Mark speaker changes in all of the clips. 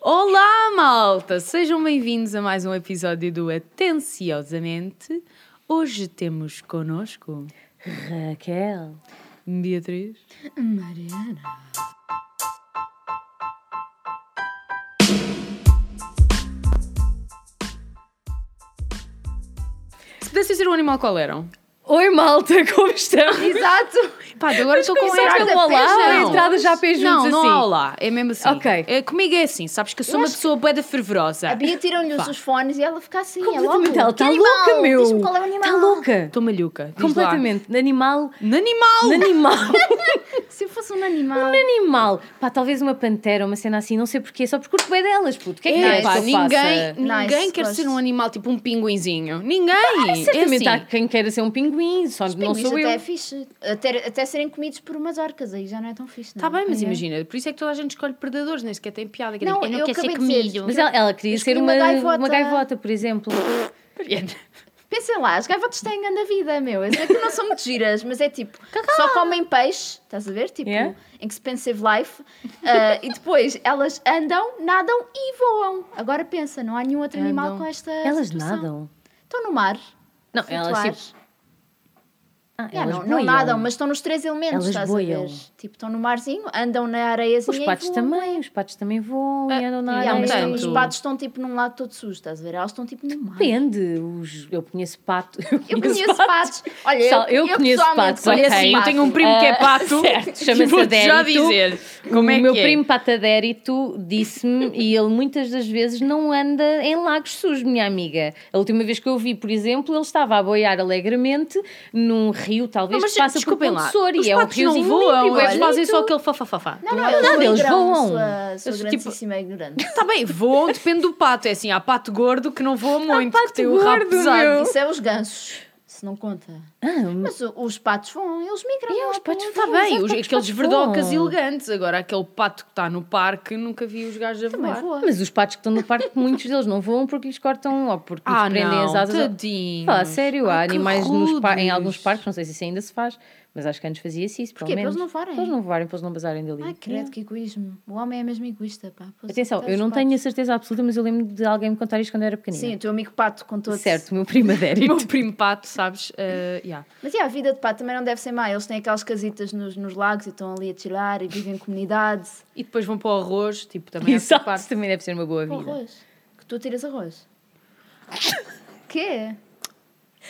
Speaker 1: Olá, malta! Sejam bem-vindos a mais um episódio do Atenciosamente. Hoje temos connosco
Speaker 2: Ah, Raquel.
Speaker 1: Beatriz.
Speaker 2: Mariana.
Speaker 1: Se pudessem ser um animal, qual eram?
Speaker 2: Oi, malta, como
Speaker 1: Tá.
Speaker 2: estão?
Speaker 1: Exato! Pá, agora estou com
Speaker 2: começaste
Speaker 1: essa-
Speaker 2: a olá?
Speaker 1: Não.
Speaker 2: A entrada já fez
Speaker 1: Não,
Speaker 2: juntos
Speaker 1: não
Speaker 2: assim.
Speaker 1: há olá. É mesmo assim.
Speaker 2: Ok.
Speaker 1: É, comigo é assim, sabes que eu sou uma pessoa bué da fervorosa.
Speaker 3: A Bia tiram-lhe
Speaker 1: Pá.
Speaker 3: os fones e ela fica assim. é
Speaker 2: Completamente,
Speaker 3: logo,
Speaker 2: ela está
Speaker 3: "Que animal?
Speaker 2: louca, meu.
Speaker 3: Diz-me qual é o animal.
Speaker 2: Está louca.
Speaker 1: Estou malhuca. Diz lá.
Speaker 2: Completamente. De Animal.
Speaker 1: No animal!
Speaker 2: de Animal.
Speaker 3: Se eu fosse um animal.
Speaker 2: de Animal. Pá, talvez uma pantera, uma cena assim, não sei porquê, só porque curto bem delas, puto. O que é que
Speaker 1: É,
Speaker 2: queres
Speaker 1: pá,
Speaker 2: que eu
Speaker 1: ninguém,
Speaker 2: faça?
Speaker 1: ninguém
Speaker 3: Nice,
Speaker 1: quer
Speaker 3: gosto.
Speaker 1: ser um animal tipo um pinguinzinho. Ninguém!
Speaker 2: Ah,
Speaker 1: é
Speaker 2: Certamente há
Speaker 1: assim.
Speaker 2: quem queira ser um pinguim, só
Speaker 3: Os
Speaker 2: não
Speaker 3: pinguins
Speaker 2: sou eu.
Speaker 3: até é fixe. Até, até serem comidos por umas orcas, aí já não é tão fixe. não
Speaker 1: Está
Speaker 2: Tá
Speaker 3: é?
Speaker 1: tá bem, mas
Speaker 2: Uhum.
Speaker 3: Ah, é?
Speaker 1: imagina, por isso é que toda a gente escolhe predadores, nem sequer tem piada. Que é
Speaker 3: Não,
Speaker 1: tipo, eu não
Speaker 3: eu
Speaker 1: quero ser
Speaker 3: acabei de dizer.
Speaker 1: comido.
Speaker 2: Mas é- ela, ela queria
Speaker 3: Eu
Speaker 2: ser
Speaker 3: escolhi
Speaker 2: uma,
Speaker 3: uma gaivota.
Speaker 2: uma gaivota, por exemplo.
Speaker 3: Pensa lá, as gaivotas têm grande vida, meu. Eu sei que não são muito giras, mas é tipo, só comem peixe, estás a ver? Tipo,
Speaker 2: Yeah.
Speaker 3: expensive life. Ah, e depois elas andam, nadam e voam. Agora pensa, não há nenhum outro animal
Speaker 1: Andam.
Speaker 3: com esta.
Speaker 2: Elas
Speaker 3: situação.
Speaker 2: nadam.
Speaker 3: Estão no mar.
Speaker 2: Não,
Speaker 3: a
Speaker 2: elas
Speaker 3: flutuar.
Speaker 2: tipo. Ah,
Speaker 3: Yeah,
Speaker 2: elas
Speaker 3: É, não, não
Speaker 2: boiam.
Speaker 3: nadam, mas estão nos três elementos,
Speaker 2: Elas
Speaker 3: estás
Speaker 2: boiam.
Speaker 3: a ver? Tipo, estão no marzinho, andam na areiazinha
Speaker 2: Os
Speaker 3: e
Speaker 2: patos
Speaker 3: voam.
Speaker 2: também, é os patos também voam e
Speaker 1: Ah,
Speaker 2: andam na
Speaker 3: Yeah,
Speaker 1: Não
Speaker 3: mas
Speaker 2: areia.
Speaker 1: tanto.
Speaker 3: Os patos estão tipo num lado todo sujo, estás a ver? Elas estão tipo no mar.
Speaker 2: Depende. Os, eu conheço pato.
Speaker 3: Eu conheço patos. Olha,
Speaker 2: Pessoal, eu conheço
Speaker 3: pessoalmente
Speaker 2: patos,
Speaker 3: conheço
Speaker 2: ok?
Speaker 1: Eu
Speaker 3: patos.
Speaker 1: tenho um primo que é
Speaker 2: Ah,
Speaker 1: pato.
Speaker 2: certo,
Speaker 1: e
Speaker 2: chama-se
Speaker 1: vou-te já
Speaker 2: Adérito.
Speaker 1: dizer como é
Speaker 2: o meu
Speaker 1: que é.
Speaker 2: primo patadérito disse-me, e ele muitas das vezes não anda em lagos sujos, minha amiga. A última vez que eu o vi, por exemplo, ele estava a boiar alegremente num rio, talvez,
Speaker 1: Não, mas
Speaker 2: que passa por
Speaker 1: desculpem lá,
Speaker 2: Pontessor,
Speaker 1: os
Speaker 2: e é um
Speaker 1: patos não
Speaker 2: riozinho
Speaker 1: voam,
Speaker 2: limpo, é
Speaker 1: eles fazem
Speaker 2: bonito.
Speaker 1: só aquele fafafafá.
Speaker 3: Não, não, eles,
Speaker 2: Não, eles voam.
Speaker 3: voam. Sua, sua
Speaker 1: Eles, tipo-
Speaker 3: grandíssima ignorância.
Speaker 1: Está bem, voam, depende do pato. É assim, há pato gordo que não voa muito, que
Speaker 2: pato
Speaker 1: tem o rabo
Speaker 2: gordo,
Speaker 1: pesado.
Speaker 2: meu.
Speaker 3: Isso é os gansos, se não conta.
Speaker 2: Ah,
Speaker 3: Mas o- os patos vão, eles migram.
Speaker 2: E é,
Speaker 3: lá
Speaker 2: os
Speaker 3: para
Speaker 2: patos
Speaker 3: outro.
Speaker 1: Está tá bem,
Speaker 2: Mas há
Speaker 1: os,
Speaker 2: patos
Speaker 1: aqueles
Speaker 2: que
Speaker 1: verdocas
Speaker 2: voam.
Speaker 1: elegantes. Agora, aquele pato que está no parque, nunca vi os gajos a
Speaker 3: Também
Speaker 1: voar.
Speaker 3: voam.
Speaker 2: mas os patos que estão no parque, muitos deles não voam porque lhes cortam ou porque lhes
Speaker 1: Ah,
Speaker 2: prendem
Speaker 1: não,
Speaker 2: as asas. ou-
Speaker 1: tadinhos.
Speaker 2: Fala, a sério, há
Speaker 1: Ai, que
Speaker 2: animais nos pa- em
Speaker 1: rudes.
Speaker 2: alguns parques, não sei se isso ainda se faz, mas acho que antes fazia isso, pelo
Speaker 3: Porquê? Para
Speaker 2: menos.
Speaker 3: eles não voarem?
Speaker 2: Para eles não voarem, para eles não bazarem dali.
Speaker 3: Ai, credo, que egoísmo. O homem é mesmo egoísta, pá. Pois,
Speaker 2: Atenção,
Speaker 3: coitados
Speaker 2: eu não
Speaker 3: dos patos.
Speaker 2: tenho a certeza absoluta, mas eu lembro de alguém me contar isto quando eu era pequenina.
Speaker 3: Sim, o teu amigo pato contou-te.
Speaker 2: certo, o meu primo
Speaker 1: O
Speaker 2: Adérito.
Speaker 1: meu primo pato, sabes? eh, yeah.
Speaker 3: Mas yeah, a vida de pato também não deve ser má. Eles têm aquelas casitas nos, nos lagos e estão ali a chilar e vivem em comunidade.
Speaker 1: E depois vão para o arroz, tipo, também essa
Speaker 2: Exato,
Speaker 1: parte.
Speaker 2: também deve ser uma boa
Speaker 3: Com
Speaker 2: vida.
Speaker 3: arroz. Que tu tiras arroz. Quê?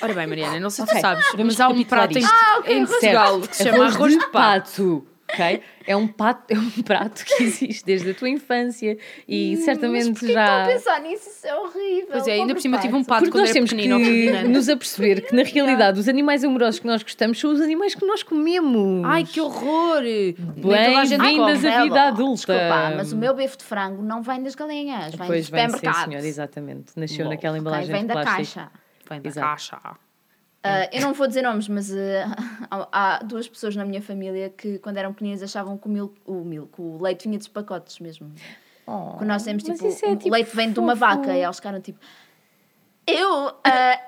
Speaker 1: Ora bem, Mariana, não sei se
Speaker 2: Ok,
Speaker 1: tu sabes,
Speaker 2: vamos
Speaker 1: mas há um
Speaker 2: recapitular
Speaker 1: prato em,
Speaker 2: isto.
Speaker 1: em Portugal que se chama arroz de pato.
Speaker 2: pato. ok? É um pato, é um prato que existe desde a tua infância e
Speaker 3: Hum, Mas
Speaker 2: certamente
Speaker 3: porquê estão
Speaker 2: já
Speaker 3: a pensar nisso? Isso é horrível.
Speaker 1: Pois é, ainda
Speaker 3: Pobre
Speaker 1: por cima tive um
Speaker 3: pato.
Speaker 1: pato
Speaker 2: Porque
Speaker 1: quando
Speaker 2: nós
Speaker 1: era
Speaker 2: temos que
Speaker 1: pequenino. ao fim
Speaker 3: é?
Speaker 1: de ano.
Speaker 2: nos aperceber que, na realidade, os animais amorosos que nós gostamos são os animais que nós comemos.
Speaker 1: Ai, que horror! Nem toda a gente
Speaker 2: Bem-vindas
Speaker 1: come.
Speaker 2: a
Speaker 3: Bela,
Speaker 2: vida adulta.
Speaker 3: Desculpa, mas o meu bife de frango não vem das galinhas, vem
Speaker 2: Pois
Speaker 3: do
Speaker 2: vem, sim,
Speaker 3: supermercado.
Speaker 2: senhora, exatamente. Nasceu
Speaker 1: Bom,
Speaker 2: naquela
Speaker 3: Ok,
Speaker 2: embalagem
Speaker 3: vem
Speaker 2: de
Speaker 3: da
Speaker 2: plástico.
Speaker 3: caixa.
Speaker 1: Vem da
Speaker 2: Exato.
Speaker 1: caixa.
Speaker 3: Ah, eu não vou dizer nomes, mas ah, há há duas pessoas na minha família que, quando eram pequeninas, achavam que o, mil, o, mil, que o leite vinha dos pacotes mesmo.
Speaker 2: Oh,
Speaker 3: Quando nós temos
Speaker 2: mas
Speaker 3: tipo,
Speaker 2: isso é,
Speaker 3: um
Speaker 2: tipo,
Speaker 3: leite vem de uma
Speaker 2: fofo.
Speaker 3: vaca e eles ficaram tipo. Eu, ah, ah,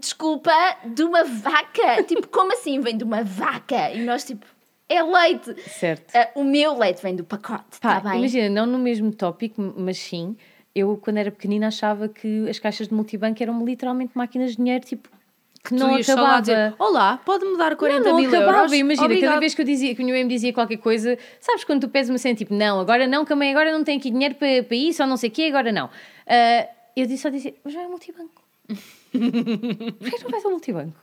Speaker 3: desculpa, de uma vaca? Tipo, como assim vem de uma vaca? E nós, tipo, é leite.
Speaker 2: Certo.
Speaker 3: Ah, o meu leite vem do pacote,
Speaker 2: Pá,
Speaker 3: está bem?
Speaker 2: imagina, não no mesmo tópico, mas sim, eu quando era pequenina achava que as caixas de multibanco eram literalmente máquinas de dinheiro, tipo, que, não
Speaker 1: tu ias só lá dizer,
Speaker 2: acabava.
Speaker 1: Olá, pode-me dar 40
Speaker 2: não, não
Speaker 1: mil
Speaker 2: acabava,
Speaker 1: euros?
Speaker 2: imagina,
Speaker 1: Obrigada.
Speaker 2: cada vez que eu dizia que o meu M dizia qualquer coisa, sabes quando tu pedes uma cena tipo, não, agora não, que a mãe agora não tem aqui dinheiro para, para isso, ou não sei o quê, agora não. Ah, eu disse só dizia, mas vai ao multibanco. Porquê que não vais ao multibanco?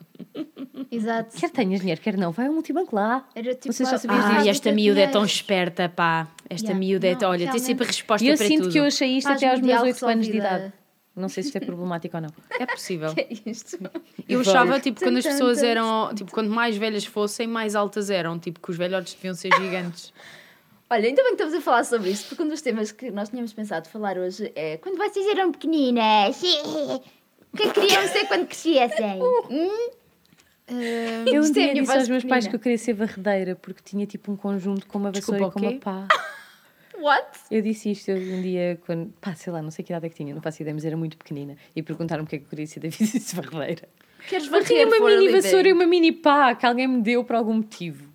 Speaker 3: Exato.
Speaker 2: Quer tenhas dinheiro, quer não, vai ao multibanco lá.
Speaker 3: Era tipo.
Speaker 2: Vocês já
Speaker 3: a-
Speaker 2: sabiam
Speaker 1: Ai,
Speaker 2: disso?
Speaker 1: Ah. esta miúda é tão
Speaker 3: Dinheiro.
Speaker 1: esperta, pá. Esta
Speaker 3: Yeah.
Speaker 1: miúda é
Speaker 3: Não,
Speaker 1: tão... Olha, tem
Speaker 3: realmente.
Speaker 1: sempre resposta
Speaker 2: E eu
Speaker 1: para
Speaker 2: sinto
Speaker 1: tudo.
Speaker 2: que eu achei isto
Speaker 3: Faz
Speaker 2: até aos meus
Speaker 3: mundial
Speaker 2: 8 anos de
Speaker 3: resolvida.
Speaker 2: idade. Não sei se isto é problemático ou não.
Speaker 1: É possível.
Speaker 3: É isto.
Speaker 1: Eu
Speaker 2: Igual.
Speaker 1: achava, tipo, quando as
Speaker 3: Tum, tum,
Speaker 1: pessoas
Speaker 3: tum.
Speaker 1: eram... Tipo, quanto mais velhas fossem, mais altas eram. Tipo, que os velhotes deviam ser gigantes.
Speaker 3: Olha, ainda bem que estamos a falar sobre isto, porque um dos temas que nós tínhamos pensado falar hoje é quando vocês eram pequeninas. O que é que queriam ser quando crescessem?
Speaker 2: Eu um
Speaker 3: Isto é a
Speaker 2: dia
Speaker 3: minha
Speaker 2: disse
Speaker 3: voz
Speaker 2: aos meus pais
Speaker 3: feminina.
Speaker 2: que eu queria ser varredeira porque tinha tipo um conjunto com uma vassoura
Speaker 1: Desculpa, o
Speaker 2: e
Speaker 1: quê?
Speaker 2: com uma pá.
Speaker 3: What?
Speaker 2: Eu disse isto um dia quando, pá, sei lá, não sei que idade é que tinha, não faço ideia, mas era muito pequenina. E perguntaram-me o que é que eu queria ser da vida e disse varredeira.
Speaker 3: Queres
Speaker 2: Eu tinha
Speaker 3: varrer
Speaker 2: uma
Speaker 3: for a
Speaker 2: mini
Speaker 3: living?
Speaker 2: vassoura e uma mini pá que alguém me deu por algum motivo.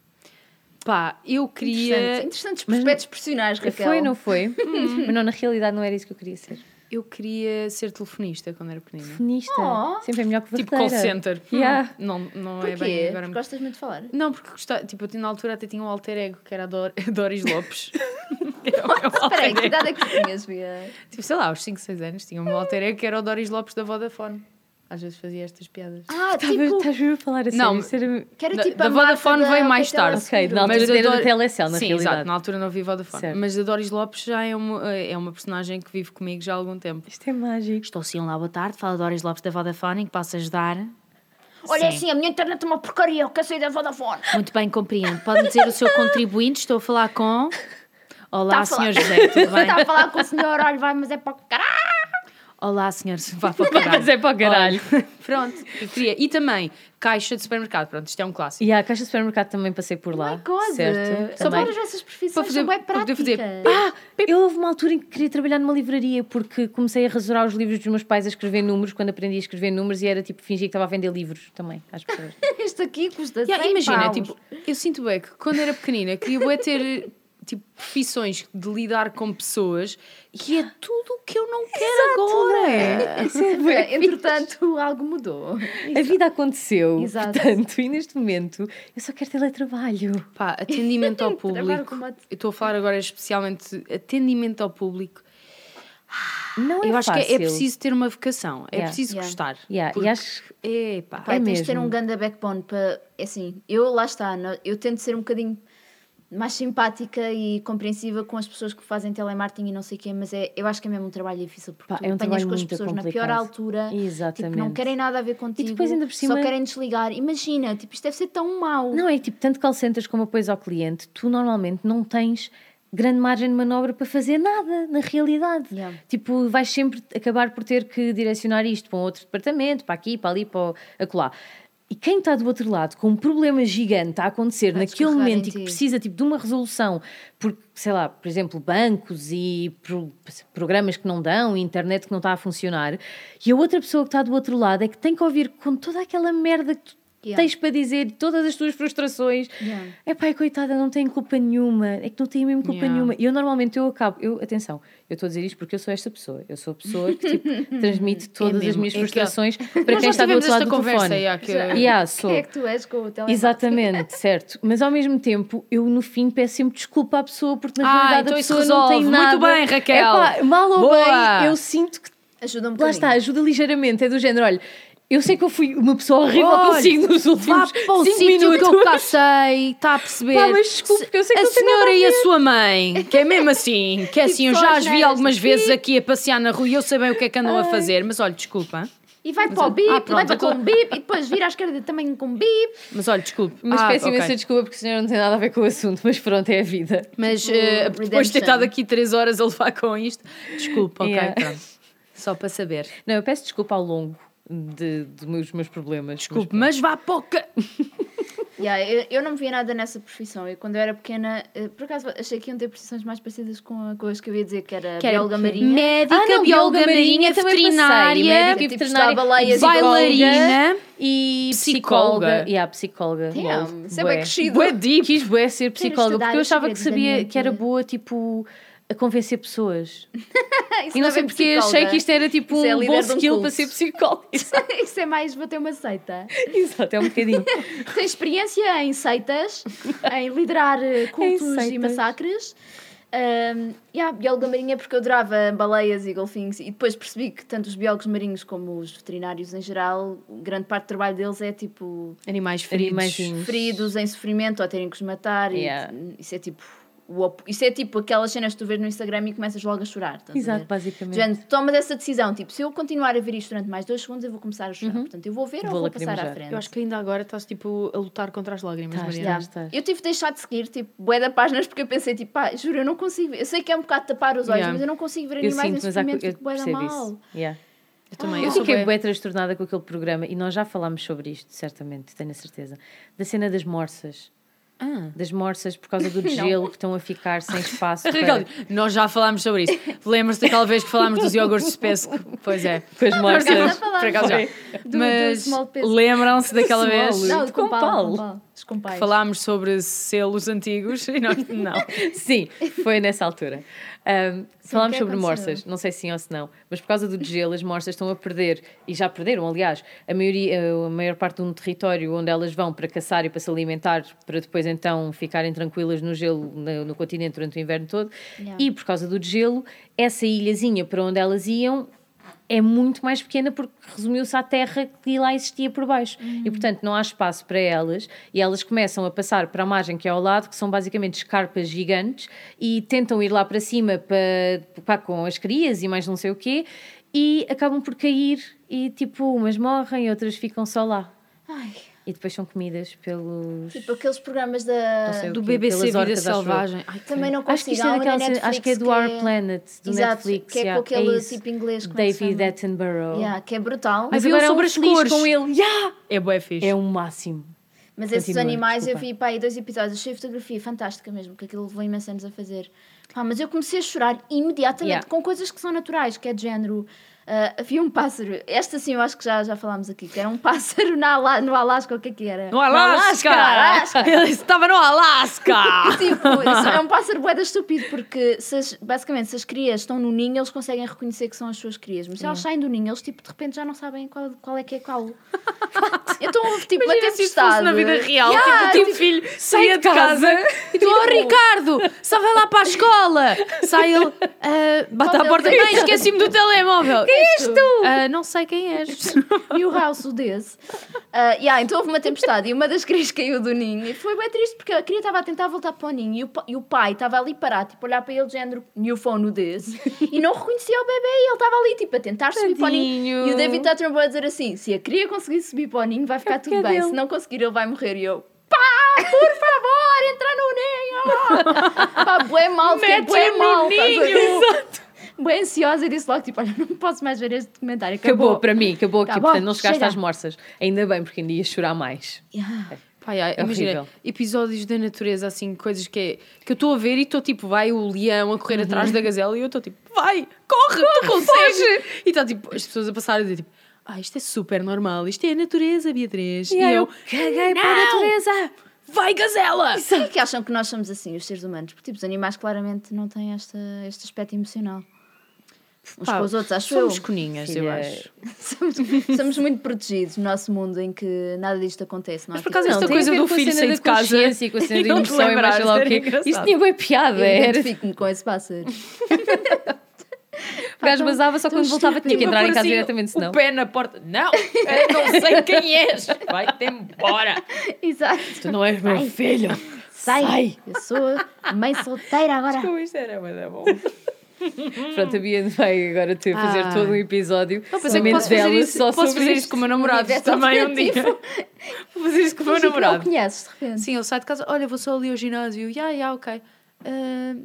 Speaker 1: Pá, eu
Speaker 3: Interessantes,
Speaker 1: queria.
Speaker 3: interessantes prospectos profissionais, Raquel.
Speaker 2: Foi,
Speaker 1: é
Speaker 2: não foi? Mas não, na realidade não era isso que eu queria ser.
Speaker 1: Eu queria ser telefonista quando era pequenina.
Speaker 2: Feminista.
Speaker 3: Oh.
Speaker 2: Sempre é melhor que
Speaker 1: Tipo call
Speaker 2: verdadeira.
Speaker 1: center.
Speaker 2: Yeah.
Speaker 1: Não, não é bem
Speaker 3: Porquê?
Speaker 1: agora.
Speaker 3: Porque gostas muito de falar.
Speaker 1: Não, porque gostava, tipo, eu tinha, na altura até tinha um alter ego que era a Dor- Doris Lopes. Era o meu alter
Speaker 3: Espera aí, que
Speaker 1: ego.
Speaker 3: idade é que tu tinhas, Bia?
Speaker 1: Tipo, sei lá, aos 5, 6 anos tinha um alter ego que era o Doris Lopes da Vodafone. Às vezes fazia estas piadas.
Speaker 3: Ah,
Speaker 2: Estás mesmo-
Speaker 3: tipo,
Speaker 2: Estás mesmo a falar a sério?
Speaker 1: Não,
Speaker 2: Isso era-
Speaker 3: que era
Speaker 1: Da-
Speaker 3: tipo
Speaker 1: da
Speaker 3: a Marta
Speaker 1: Vodafone
Speaker 3: da-
Speaker 1: veio mais
Speaker 3: da tela-
Speaker 1: tarde.
Speaker 2: Ok, na altura
Speaker 1: a
Speaker 2: era da
Speaker 1: Dor-
Speaker 2: Telecel, na
Speaker 1: Sim,
Speaker 2: realidade.
Speaker 1: exato, na altura não vi Vodafone.
Speaker 2: Certo.
Speaker 1: Mas a Doris Lopes já é uma, é uma personagem que vive comigo já há algum tempo.
Speaker 2: Isto é mágico.
Speaker 1: Estou sim, lá boa tarde, fala Doris Lopes da Vodafone, que posso ajudar.
Speaker 3: Olha assim, a minha internet é uma porcaria, eu cansei da Vodafone.
Speaker 1: Muito bem, compreendo. Pode-me dizer o seu contribuinte, estou a falar com...
Speaker 3: Tá
Speaker 1: Olá,
Speaker 3: a falar-
Speaker 1: Sr. José, tudo
Speaker 3: Você
Speaker 1: bem?
Speaker 3: está a falar com o senhor, olha, vai, mas é para o caralho.
Speaker 1: Olá, senhor, vá para o caralho.
Speaker 2: Mas é para o caralho.
Speaker 1: Olha, pronto, eu queria. E também, caixa de supermercado. Ppronto, isto é um clássico.
Speaker 2: E a caixa de supermercado também passei por lá.
Speaker 3: My God.
Speaker 2: Certo?
Speaker 3: Só
Speaker 2: Também.
Speaker 3: para essas profissões
Speaker 1: Para fazer-
Speaker 3: são bem
Speaker 1: para poder
Speaker 3: práticas.
Speaker 1: fazer-
Speaker 2: Ah, eu houve uma altura em que queria trabalhar numa livraria porque comecei a rasurar os livros dos meus pais a escrever números quando aprendi a escrever números e era tipo fingir que estava a vender livros também às pessoas.
Speaker 3: Isto aqui custa
Speaker 1: Yeah,
Speaker 3: 100
Speaker 1: imagina,
Speaker 3: paus.
Speaker 1: tipo, eu sinto bem que quando era pequenina queria bué ter tipo, profissões de lidar com pessoas e é tudo o que eu não quero agora.
Speaker 2: é?
Speaker 3: Entretanto, algo mudou.
Speaker 2: a vida aconteceu,
Speaker 3: Exato.
Speaker 2: portanto, e neste momento eu só quero teletrabalho.
Speaker 1: Pá, atendimento ao
Speaker 3: Trabalho
Speaker 1: público.
Speaker 3: com
Speaker 1: Eu
Speaker 3: uma-
Speaker 1: estou a falar agora especialmente de atendimento ao público.
Speaker 2: Não é
Speaker 1: eu acho que é-
Speaker 2: fácil.
Speaker 1: é preciso ter uma vocação, é
Speaker 2: Yeah.
Speaker 1: preciso
Speaker 3: Yeah.
Speaker 1: gostar.
Speaker 2: Yeah,
Speaker 1: Porque-
Speaker 2: E acho que
Speaker 1: Epá.
Speaker 3: Pá,
Speaker 2: É
Speaker 3: tens de ter
Speaker 2: mesmo.
Speaker 3: um ganda backbone para. é Assim, eu lá está, não- eu tento ser um bocadinho mais simpática e compreensiva com as pessoas que fazem telemarketing e não sei o quê, mas é, eu acho que é mesmo um trabalho difícil porque
Speaker 2: Pá,
Speaker 3: tu
Speaker 2: é um
Speaker 3: apanhas
Speaker 2: trabalho
Speaker 3: com as
Speaker 2: muito
Speaker 3: pessoas na pior
Speaker 2: complicado.
Speaker 3: altura, tipo, não
Speaker 2: Exatamente.
Speaker 3: querem nada a ver contigo,
Speaker 2: depois ainda por
Speaker 3: só
Speaker 2: cima-
Speaker 3: querem desligar. Imagina, tipo, isto deve ser tão mau.
Speaker 2: Não, é tipo, tanto call centers como apoios ao cliente, tu normalmente não tens grande margem de manobra para fazer nada, na realidade.
Speaker 3: Yeah.
Speaker 2: Tipo, vais sempre acabar por ter que direcionar isto para um outro departamento, para aqui, para ali, para o- acolá. E quem está do outro lado com um problema gigante a acontecer
Speaker 3: Vai
Speaker 2: naquele
Speaker 3: descarregar em
Speaker 2: momento e
Speaker 3: ti.
Speaker 2: que precisa tipo, de uma resolução, porque, sei lá, por exemplo, bancos e pro- programas que não dão, e internet que não está a funcionar, e a outra pessoa que está do outro lado é que tem que ouvir com toda aquela merda que tu
Speaker 3: Yeah.
Speaker 2: tens para dizer, todas as tuas frustrações.
Speaker 3: Yeah.
Speaker 2: É pá, coitada, não tem culpa nenhuma. É que não tem mesmo culpa
Speaker 1: Yeah.
Speaker 2: nenhuma. E eu normalmente eu acabo, eu, atenção, eu estou a dizer isto porque eu sou esta pessoa. Eu sou a pessoa que tipo, transmite todas as
Speaker 1: mesmo,
Speaker 2: minhas
Speaker 1: é que-
Speaker 2: frustrações para
Speaker 1: Nós
Speaker 2: quem
Speaker 1: já
Speaker 2: está do
Speaker 1: tivemos
Speaker 2: outro lado
Speaker 1: esta
Speaker 2: do
Speaker 1: conversa
Speaker 2: telefone.
Speaker 1: aí há que-
Speaker 3: Já.
Speaker 2: Yeah, ah, sou.
Speaker 3: Quem é que tu és com o telemarketing?
Speaker 2: Exatamente, certo. Mas ao mesmo tempo, eu no fim peço sempre desculpa à pessoa porque na
Speaker 1: Ah,
Speaker 2: realidade
Speaker 1: então
Speaker 2: a
Speaker 1: isso
Speaker 2: pessoa não tem
Speaker 1: resolve.
Speaker 2: nada.
Speaker 1: Muito bem, Raquel.
Speaker 2: Epá, mal ou
Speaker 1: Boa.
Speaker 2: bem, eu sinto que
Speaker 3: Ajuda um
Speaker 2: Lá
Speaker 3: bocadinho.
Speaker 2: está, ajuda ligeiramente, é do género, olha, eu sei que eu fui uma pessoa horrível consigo nos últimos
Speaker 1: Vá para o
Speaker 2: 5
Speaker 1: sítio
Speaker 2: minutos.
Speaker 1: que eu cá sei, está a perceber?
Speaker 2: Pá, mas desculpe, que eu sei que
Speaker 1: a
Speaker 2: não tem nada
Speaker 1: senhora e a sua mãe, que é mesmo assim, que é assim, eu
Speaker 3: só
Speaker 1: já
Speaker 3: as
Speaker 1: as vi
Speaker 3: neiras,
Speaker 1: algumas
Speaker 3: sim.
Speaker 1: vezes aqui a passear na rua e eu sei bem o que é que andam a fazer, mas olha, desculpa,
Speaker 3: E vai para o bip,
Speaker 1: Ah, pronto,
Speaker 3: leva
Speaker 1: eu tô-
Speaker 3: com o bip e depois vira à esquerda também com um bip.
Speaker 1: mas olha, desculpe.
Speaker 2: Mas
Speaker 1: Ah,
Speaker 2: peço
Speaker 1: ok.
Speaker 2: imensa desculpa porque a senhora não tem nada a ver com o assunto, mas pronto, é a vida.
Speaker 1: Mas
Speaker 2: Hum,
Speaker 1: eh, depois de ter
Speaker 3: Redemption.
Speaker 1: estado aqui três horas a levar com isto, desculpa, ok,
Speaker 2: Yeah.
Speaker 1: pronto. Só para saber.
Speaker 2: Não, eu peço desculpa ao longo de, de meus- dos meus problemas.
Speaker 1: Desculpe, mas vá para o ca-
Speaker 3: Yeah, eu, eu não via nada nessa profissão. Eu, quando eu era pequena, eh, por acaso achei que iam ter profissões mais parecidas com, a, com as que eu ia dizer, que era
Speaker 1: Que era
Speaker 3: bióloga marinha.
Speaker 1: Médica,
Speaker 2: Ah, não,
Speaker 1: bióloga marinha,
Speaker 2: também passei,
Speaker 1: veterinária,
Speaker 2: médica e
Speaker 3: tipo,
Speaker 2: veterinária,
Speaker 3: estava lá e a
Speaker 1: bailarina
Speaker 2: e
Speaker 1: psicóloga.
Speaker 2: psicóloga. E a psicóloga.
Speaker 3: Damn,
Speaker 2: Lol,
Speaker 3: isso é bem
Speaker 2: bué.
Speaker 3: crescido.
Speaker 1: bué deep.
Speaker 2: Quis bué ser psicóloga
Speaker 3: estudar
Speaker 2: porque eu
Speaker 3: os
Speaker 2: achava que
Speaker 3: segredos da
Speaker 2: sabia
Speaker 3: minha
Speaker 2: que era
Speaker 3: vida.
Speaker 2: boa, tipo, a convencer pessoas.
Speaker 3: Isso
Speaker 2: E não
Speaker 3: é
Speaker 2: sei
Speaker 3: bem
Speaker 2: porque achei
Speaker 3: psicóloga.
Speaker 2: que isto era tipo
Speaker 3: Isso é
Speaker 2: um
Speaker 3: líder
Speaker 2: bom
Speaker 3: de um
Speaker 2: skill
Speaker 3: culto.
Speaker 2: para ser psicólogo.
Speaker 3: Isso é mais bater uma seita.
Speaker 2: Exato, é um bocadinho.
Speaker 3: Tem experiência em seitas, em liderar eh, cultos e
Speaker 2: seitas.
Speaker 3: massacres. Um, yeah, bióloga marinha porque eu adorava baleias e golfinhos e depois percebi que tanto os biólogos marinhos como os veterinários em geral, grande parte do trabalho deles é tipo
Speaker 1: Animais feridos.
Speaker 2: Animaizinhos.
Speaker 3: feridos em sofrimento ou terem que os matar e
Speaker 2: Yeah.
Speaker 3: isso é tipo o op- isso é tipo aquelas cenas que tu vês no Instagram e começas logo a chorar estás a
Speaker 2: Exato,
Speaker 3: ver?
Speaker 2: basicamente.
Speaker 3: Gente, tomas essa decisão, tipo, se eu continuar a ver isto durante mais dois segundos, eu vou começar a chorar. Portanto, eu vou ver
Speaker 2: Uhum. Vou
Speaker 3: ou vou passar à
Speaker 2: lacrimejar.
Speaker 3: frente.
Speaker 1: Eu acho que ainda agora estás tipo a lutar contra as lágrimas,
Speaker 2: Estás,
Speaker 1: Mariana.
Speaker 3: Yeah.
Speaker 2: estás.
Speaker 3: Eu tive de deixar de seguir, tipo, bué da páginas, porque eu pensei, tipo, pá, juro, eu não consigo. ver. Eu sei que é um bocado tapar os olhos,
Speaker 1: Yeah.
Speaker 3: mas eu não consigo ver
Speaker 2: Eu
Speaker 3: animais em
Speaker 2: sinto, mas há,
Speaker 3: sofrimento,
Speaker 2: eu
Speaker 3: fico bué da
Speaker 2: percebo
Speaker 3: mal.
Speaker 2: isso. Yeah.
Speaker 1: Eu também.
Speaker 2: Eu
Speaker 1: sou
Speaker 2: Ah, fiquei
Speaker 1: bué-
Speaker 2: bem transtornada com aquele programa e nós já falámos sobre isto, certamente, tenho a certeza. Da cena das morsas.
Speaker 1: Ah.
Speaker 2: Das morsas por causa do gelo que estão a ficar sem espaço.
Speaker 1: Raquel,
Speaker 2: para-
Speaker 1: nós já falámos sobre isso. Lembras-te daquela vez que falámos dos iogurtes de pesco? Pois é.
Speaker 2: Com as
Speaker 3: Por acaso já
Speaker 2: morsas.
Speaker 3: falámos.
Speaker 1: por acaso já.
Speaker 3: do
Speaker 1: Mas
Speaker 3: small peso.
Speaker 1: lembram-se daquela
Speaker 2: small.
Speaker 1: vez
Speaker 3: Não,
Speaker 2: de
Speaker 3: de
Speaker 2: compal.
Speaker 3: compal. de compal. Os compais.
Speaker 1: que falámos sobre selos antigos e nós não.
Speaker 2: Sim, foi nessa altura. Um, falámos
Speaker 3: o que é que
Speaker 2: sobre
Speaker 3: aconteceu?
Speaker 2: morsas, não sei se sim ou se não, mas por causa do gelo, as morsas estão a perder, e já perderam, aliás, a, maioria, a maior parte de um território onde elas vão para caçar e para se alimentar, para depois então ficarem tranquilas no gelo no, no continente durante o inverno todo.
Speaker 3: Yeah.
Speaker 2: E por causa do gelo, essa ilhazinha para onde elas iam é muito mais pequena porque resumiu-se à terra que lá existia por baixo. E, portanto, não há espaço para elas e elas começam a passar para a margem que é ao lado, que são basicamente escarpas gigantes e tentam ir lá para cima para, pá, com as crias e mais não sei o quê e acabam por cair e, tipo, umas morrem, outras ficam só lá.
Speaker 3: Ai,
Speaker 2: E depois são comidas pelos...
Speaker 3: tipo aqueles programas
Speaker 2: Não sei
Speaker 3: da.
Speaker 2: o
Speaker 1: Do
Speaker 2: quê,
Speaker 1: BBC
Speaker 2: pelas
Speaker 1: Vida
Speaker 2: hortas, acho eu.
Speaker 1: Selvagem. Ai,
Speaker 3: Também não consigo.
Speaker 2: Acho que isto
Speaker 3: Há
Speaker 2: é
Speaker 3: uma na
Speaker 2: daquela cena-
Speaker 3: Netflix
Speaker 2: acho que é do Our Planet, do
Speaker 3: Exato,
Speaker 2: Netflix.
Speaker 3: Que é
Speaker 2: yeah,
Speaker 3: com aquele
Speaker 2: isso.
Speaker 3: tipo inglês. como se
Speaker 2: David
Speaker 3: chama?
Speaker 2: Attenborough.
Speaker 3: Yeah, que é brutal.
Speaker 1: Mas
Speaker 3: Mas,
Speaker 2: Mas
Speaker 1: eu
Speaker 2: agora é
Speaker 1: sobre
Speaker 2: um
Speaker 1: as
Speaker 2: feliz
Speaker 1: cores.
Speaker 2: com ele. Yeah!
Speaker 1: É bué fixe.
Speaker 2: É o máximo.
Speaker 3: esses
Speaker 2: continua,
Speaker 3: animais
Speaker 2: desculpa.
Speaker 3: eu vi pá, aí dois episódios. Achei fotografia fantástica mesmo, que aquilo levou imensos anos a fazer. Pá, mas eu comecei a chorar imediatamente
Speaker 2: Yeah.
Speaker 3: com coisas que são naturais, que é de género. ah, havia um pássaro, esta sim eu acho que já, já falámos aqui, que era um pássaro na Ala- no Alasca, o que é que era?
Speaker 1: No Alasca!
Speaker 3: No Alasca!
Speaker 1: Ele estava no Alasca!
Speaker 3: Tipo, isso é um pássaro boeda estúpido, porque se as- basicamente se as crias estão no ninho, eles conseguem reconhecer que são as suas crias, mas se elas saem do ninho, eles tipo, de repente já não sabem qual, qual é que é qual. então houve tipo uma
Speaker 1: Imagina é se isso fosse
Speaker 3: tempestade.
Speaker 1: na vida real.
Speaker 3: Yeah,
Speaker 1: tipo, o teu filho saía de casa e tu, oh Ricardo, só vai lá para a escola. Sai ele, ah, bate
Speaker 3: Qual
Speaker 1: à porta,
Speaker 3: deles é
Speaker 1: mãe,
Speaker 3: que-
Speaker 1: esqueci-me do telemóvel. Quem és
Speaker 3: tu?
Speaker 1: não sei quem és.
Speaker 3: E o House, o desse. Ah, yeah, então houve uma tempestade e uma das crias caiu do ninho. E foi bem triste porque a cria estava a tentar voltar para o ninho e o, pa- e o pai estava ali parado, tipo, a olhar para ele, de género new phone, o desse. E não reconhecia o bebê e ele estava ali, tipo, a tentar subir para o ninho.
Speaker 1: Tadinho.
Speaker 3: E o David Attenborough a dizer assim: se a cria conseguir subir para o ninho, vai ficar tudo
Speaker 2: porque é
Speaker 3: bem.
Speaker 2: dele.
Speaker 3: Se não conseguir, ele vai morrer. E eu, pá, por favor, entra no ninho! Pá, bué mal, fiquei
Speaker 1: Mete-o
Speaker 3: bué
Speaker 1: no
Speaker 3: mal. estás a ver?
Speaker 1: ninho!
Speaker 3: Bué ansiosa e disse logo, tipo, olha, não posso mais ver este documentário.
Speaker 2: Acabou, para mim, acabou aqui.
Speaker 3: Tá bom,
Speaker 2: Portanto, não chegaste
Speaker 3: chega.
Speaker 2: às morsas. Ainda bem, porque ainda ia chorar mais.
Speaker 3: Yeah.
Speaker 1: Pai, ai, imagina,
Speaker 2: horrível.
Speaker 1: episódios da natureza, assim, coisas que, é- que eu estou a ver e estou tipo, vai o leão a correr atrás da gazela e eu estou tipo, vai, corre, tu Uhum. consegues! E está tipo, as pessoas a passar a dizer tipo, ah, isto é super normal, isto é a natureza, Beatriz. E, eu,
Speaker 2: caguei
Speaker 1: para a
Speaker 2: natureza!
Speaker 1: vai gazela!
Speaker 3: Por que é que acham que nós somos assim, os seres humanos? Porque tipo, os animais claramente não têm esta, este aspecto emocional. Uns
Speaker 1: Pá,
Speaker 3: com os outros, acho
Speaker 1: somos
Speaker 3: eu.
Speaker 1: coninhas, eu
Speaker 2: Filha,
Speaker 1: acho.
Speaker 3: Somos, somos muito protegidos no nosso mundo em que nada disto acontece. Não há
Speaker 1: Mas por
Speaker 3: tipo-
Speaker 1: acaso esta
Speaker 2: tem a
Speaker 1: coisa
Speaker 2: ver
Speaker 1: do
Speaker 2: com a
Speaker 1: filho
Speaker 2: cena
Speaker 1: sair
Speaker 2: da
Speaker 1: de casa
Speaker 2: consciência e com a cena
Speaker 1: e
Speaker 2: de
Speaker 1: não te
Speaker 2: emoção e mais sei lá o
Speaker 1: lembrares,
Speaker 2: quê.
Speaker 1: era engraçado.
Speaker 2: Isso tinha bem piada,
Speaker 3: eu
Speaker 2: era.
Speaker 3: identifico-me com esse pássaro.
Speaker 2: O gajo basava só
Speaker 3: tão
Speaker 2: quando voltava tinha que
Speaker 1: Tipo, a
Speaker 2: entrar em
Speaker 1: pôr
Speaker 2: casa
Speaker 1: assim
Speaker 2: diretamente, senão.
Speaker 1: O pé na porta, não, eu não sei quem és, vai-te embora.
Speaker 3: Exato.
Speaker 1: Tu
Speaker 2: é
Speaker 1: não és meu filho.
Speaker 3: Sai. Eu sou mãe solteira agora.
Speaker 1: Como isto era, mas é bom.
Speaker 2: Pronto, a Bia vai agora ter fazer
Speaker 1: Ah.
Speaker 2: todo um episódio.
Speaker 1: Não, pensei que
Speaker 2: somente
Speaker 1: posso fazer
Speaker 2: dela,
Speaker 1: isso,
Speaker 2: só
Speaker 1: posso
Speaker 2: sobre
Speaker 1: fazer
Speaker 2: isto.
Speaker 1: isso com o meu namorado
Speaker 3: universo
Speaker 1: também um dia. Vou fazer isso com o meu
Speaker 3: Fingi que Não o
Speaker 1: namorado.
Speaker 3: conheces, de repente.
Speaker 1: Sim, ele sai de casa, olha, vou só ali ao ginásio. Ya, ya, ok. Ah,